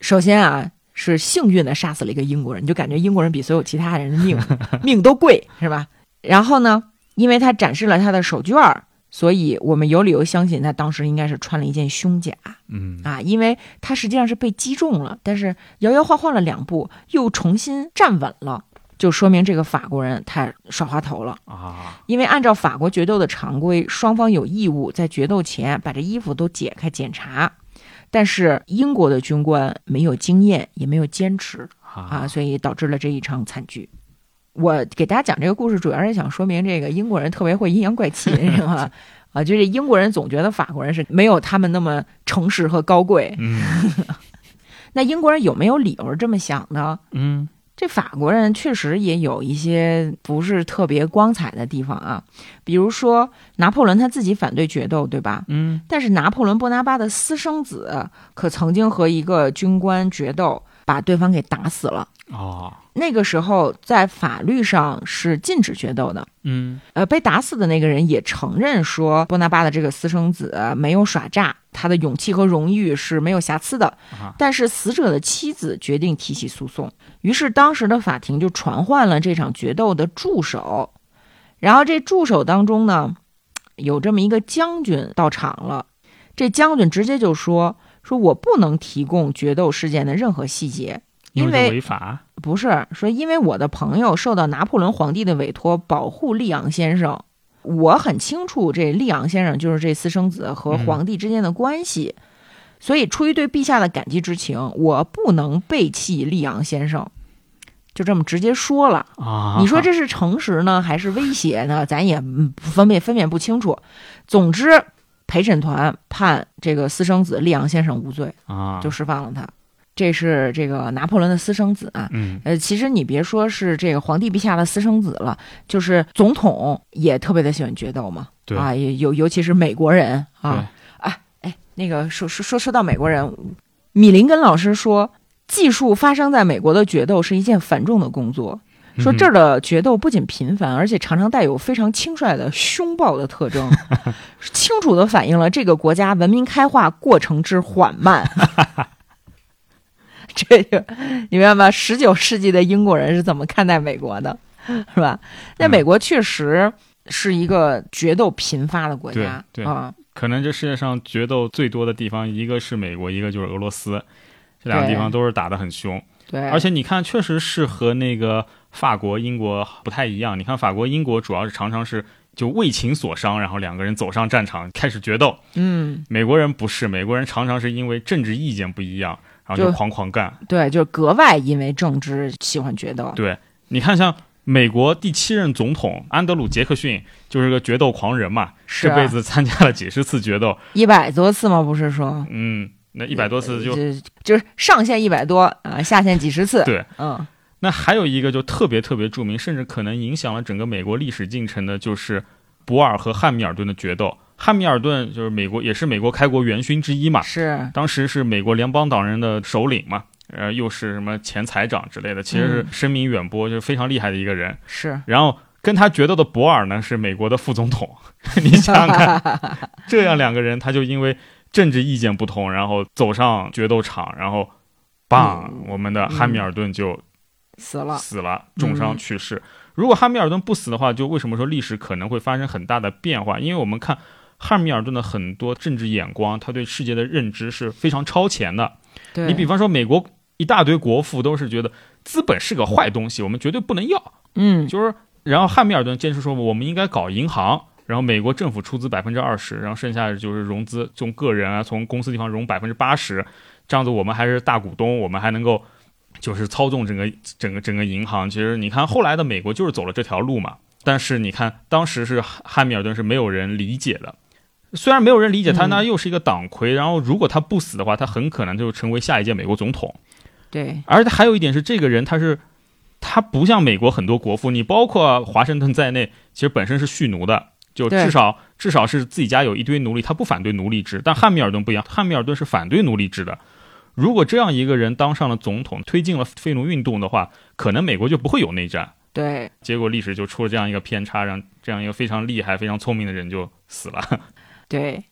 S1: 首先啊，是幸运的杀死了一个英国人，你就感觉英国人比所有其他人的命命都贵，是吧？然后呢，因为他展示了他的手绢儿，所以我们有理由相信他当时应该是穿了一件胸甲
S2: 嗯
S1: 啊，因为他实际上是被击中了，但是摇摇晃晃了两步，又重新站稳了，就说明这个法国人太耍滑头了。
S2: 啊
S1: 因为按照法国决斗的常规，双方有义务在决斗前把这衣服都解开检查，但是英国的军官没有经验，也没有坚持啊，
S2: 啊
S1: 所以导致了这一场惨剧。我给大家讲这个故事，主要是想说明这个英国人特别会阴阳怪气，是吧？啊，就是英国人总觉得法国人是没有他们那么诚实和高贵。
S2: 嗯
S1: 那英国人有没有理由这么想呢？
S2: 嗯
S1: 这法国人确实也有一些不是特别光彩的地方啊，比如说拿破仑他自己反对决斗，对吧？
S2: 嗯
S1: 但是拿破仑波拿巴的私生子可曾经和一个军官决斗，把对方给打死了。
S2: 哦
S1: 那个时候在法律上是禁止决斗的。
S2: 嗯
S1: 呃，被打死的那个人也承认说，波拿巴的这个私生子没有耍诈，他的勇气和荣誉是没有瑕疵的。
S2: 啊
S1: 但是死者的妻子决定提起诉讼，于是当时的法庭就传唤了这场决斗的助手，然后这助手当中呢，有这么一个将军到场了，这将军直接就说说我不能提供决斗事件的任何细节，因
S2: 因
S1: 为
S2: 是违法
S1: 不是说因为我的朋友受到拿破仑皇帝的委托保护利昂先生，我很清楚这利昂先生就是这私生子和
S2: 嗯
S1: 皇帝之间的关系，所以出于对陛下的感激之情，我不能背弃利昂先生，就这么直接说了。
S2: 啊，
S1: 你说这是诚实呢，还是威胁呢？咱也嗯不分辨分辨不清楚。总之，陪审团判这个私生子利昂先生无罪，
S2: 啊
S1: 就释放了他。这是这个拿破仑的私生子啊，
S2: 嗯
S1: 呃，其实你别说是这个皇帝陛下的私生子了，就是总统也特别的喜欢决斗嘛，
S2: 对
S1: 啊，也尤尤其是美国人啊
S2: 对，
S1: 啊，哎，那个说说说说到美国人，米林根老师说，技术发生在美国的决斗是一件繁重的工作。
S2: 嗯
S1: 说这儿的决斗不仅频繁，而且常常带有非常轻率的凶暴的特
S2: <laughs>
S1: 征，清楚地反映了这个国家文明开化过程之缓
S2: <laughs>
S1: 慢。这就你明白吗？十九世纪的英国人是怎么看待美国的，是吧？那
S2: 嗯
S1: 美国确实是一个决斗频发的国家，
S2: 对对
S1: 啊，
S2: 嗯可能这世界上决斗最多的地方，一个是美国，一个就是俄罗斯，这两个
S1: 对
S2: 地方都是打得很凶。
S1: 对，
S2: 而且你看，确实是和那个法国、英国不太一样。你看法国、英国主要是常常是就为情所伤，然后两个人走上战场开始决斗。
S1: 嗯，
S2: 美国人不是，美国人常常是因为政治意见不一样，然后就
S1: 就
S2: 狂狂干。
S1: 对，就是格外因为政治喜欢决斗。
S2: 对，你看像美国第七任总统安德鲁·杰克逊就是个决斗狂人嘛，
S1: 是
S2: 这
S1: 啊
S2: 辈子参加了几十次决斗，
S1: 一百多次吗？不是说
S2: 嗯，那一百多次就。
S1: 就呃就是上限一百多啊，下限几十次。
S2: 对，
S1: 嗯，
S2: 那还有一个就特别特别著名，甚至可能影响了整个美国历史进程的，就是博尔和汉密尔顿的决斗。汉密尔顿就是美国，也是美国开国元勋之一嘛，
S1: 是
S2: 当时是美国联邦党人的首领嘛，呃，又是什么前财长之类的，其实是
S1: 嗯
S2: 声名远播，就是非常厉害的一个人。
S1: 是，
S2: 然后跟他决斗的博尔呢是美国的副总统， <laughs> 你想想看，这样两个人他就因为政治意见不同，然后走上决斗场，然后，棒，
S1: 嗯
S2: 我们的汉密尔顿就
S1: 死了。
S2: 死了，重伤去世。如果汉密尔顿不死的话，就为什么说历史可能会发生很大的变化？因为我们看汉密尔顿的很多政治眼光，他对世界的认知是非常超前的。
S1: 对，
S2: 你比方说，美国一大堆国父都是觉得资本是个坏东西，我们绝对不能要。
S1: 嗯，
S2: 就是，然后汉密尔顿坚持说我们应该搞银行，然后美国政府出资百分之二十，然后剩下的就是融资，从个人啊，从公司地方融百分之八十，这样子我们还是大股东，我们还能够就是操纵整个整个整个银行。其实你看后来的美国就是走了这条路嘛，但是你看当时是汉汉密尔顿是没有人理解的。虽然没有人理解他，
S1: 嗯
S2: 那又是一个党魁。然后，如果他不死的话，他很可能就成为下一届美国总统。
S1: 对，
S2: 而且还有一点是，这个人他是他不像美国很多国父，你包括华盛顿在内，其实本身是蓄奴的，就
S1: 对
S2: 至少至少是自己家有一堆奴隶，他不反对奴隶制。但汉密尔顿不一样，汉密尔顿是反对奴隶制的。如果这样一个人当上了总统，推进了废奴运动的话，可能美国就不会有内战。
S1: 对，
S2: 结果历史就出了这样一个偏差，让这样一个非常厉害、非常聪明的人就死了。
S1: 对，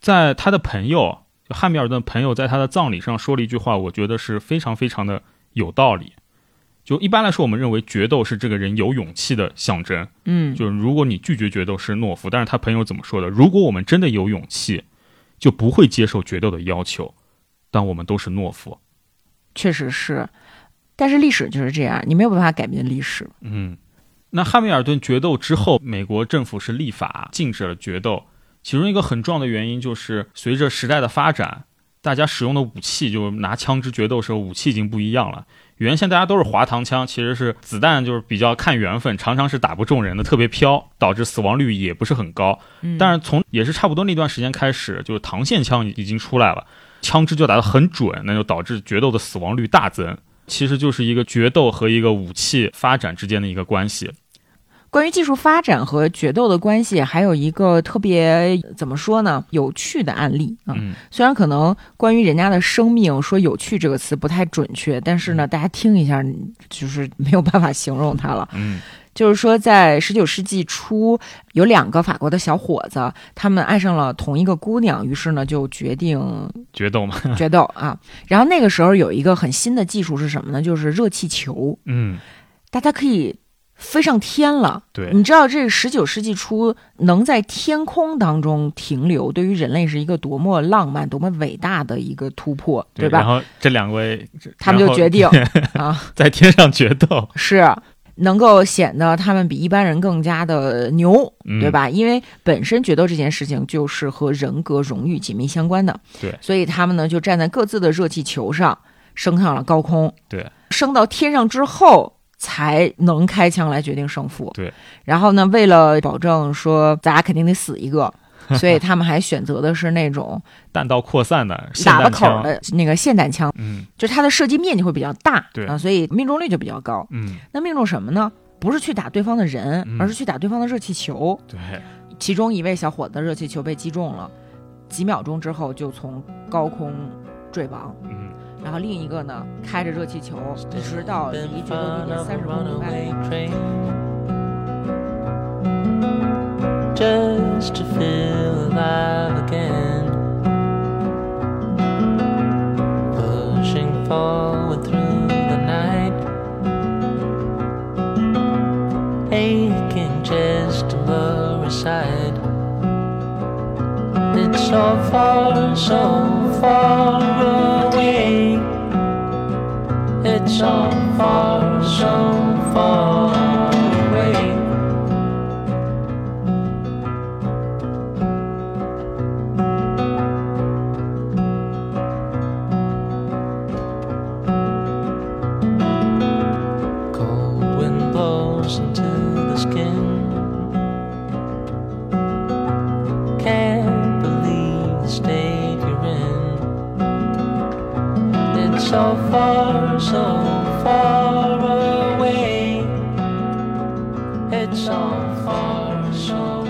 S2: 在他的朋友，就汉密尔顿的朋友在他的葬礼上说了一句话，我觉得是非常非常的有道理。就一般来说，我们认为决斗是这个人有勇气的象征。
S1: 嗯，
S2: 就是如果你拒绝决斗是懦夫，但是他朋友怎么说的？如果我们真的有勇气，就不会接受决斗的要求，但我们都是懦夫。
S1: 确实是。但是历史就是这样，你没有办法改变历史。
S2: 嗯，那汉密尔顿决斗之后，美国政府是立法禁止了决斗，其中一个很重要的原因就是随着时代的发展，大家使用的武器，就是拿枪支决斗时候武器已经不一样了。原先大家都是滑膛枪，其实是子弹就是比较看缘分，常常是打不中人的，特别飘，导致死亡率也不是很高。
S1: 嗯，
S2: 但是从也是差不多那段时间开始，就是膛线枪已经出来了，枪支就打得很准，那就导致决斗的死亡率大增。其实就是一个决斗和一个武器发展之间的一个关系。
S1: 关于技术发展和决斗的关系，还有一个特别怎么说呢？有趣的案例啊、
S2: 嗯
S1: 虽然可能关于人家的生命说“有趣”这个词不太准确，但是
S2: 嗯
S1: 呢，大家听一下，就是没有办法形容它了。
S2: 嗯
S1: 就是说，在十九世纪初，有两个法国的小伙子，他们爱上了同一个姑娘，于是呢，就决定
S2: 决斗嘛，
S1: 决斗啊。然后那个时候有一个很新的技术是什么呢？就是热气球，
S2: 嗯，
S1: 大家可以飞上天了。
S2: 对，
S1: 你知道这十九世纪初能在天空当中停留，对于人类是一个多么浪漫、多么伟大的一个突破，对
S2: 然
S1: 吧？
S2: 后这两位
S1: 他们就决
S2: <laughs>
S1: 定啊，
S2: 在天上决斗，
S1: 是能够显得他们比一般人更加的牛，
S2: 嗯、
S1: 对？吧？因为本身决斗这件事情就是和人格荣誉紧密相关的，
S2: 对
S1: 所以他们呢就站在各自的热气球上升上了高空，
S2: 对，
S1: 升到天上之后才能开枪来决定胜负，
S2: 对。
S1: 然后呢，为了保证说咱俩肯定得死一个。所以他们还选择的是那种
S2: 弹道扩散的， <laughs> 霰
S1: 打
S2: 弹
S1: 了口儿
S2: 枪，
S1: 的那个霰弹枪，
S2: 嗯
S1: 就是它的射击面积会比较大，
S2: 对
S1: 啊，所以命中率就比较高。
S2: 嗯，
S1: 那命中什么呢？不是去打对方的人，
S2: 嗯
S1: 而是去打对方的热气球。
S2: 对，
S1: 其中一位小伙子的热气球被击中了，几秒钟之后就从高空坠亡。
S2: 嗯，
S1: 然后另一个呢，开着热气球，一直到离
S3: Been
S1: 决斗地点
S3: fun
S1: 三
S3: of a
S1: 十公里外。
S3: runaway train. Just to feel alive again. Pushing forward through the night. Aching just to blur aside. It's so far, so far away. It's so far, so far away. Cold wind blows into the skin. Can't believe the state you're in. It's so far, so far away. It's so far, so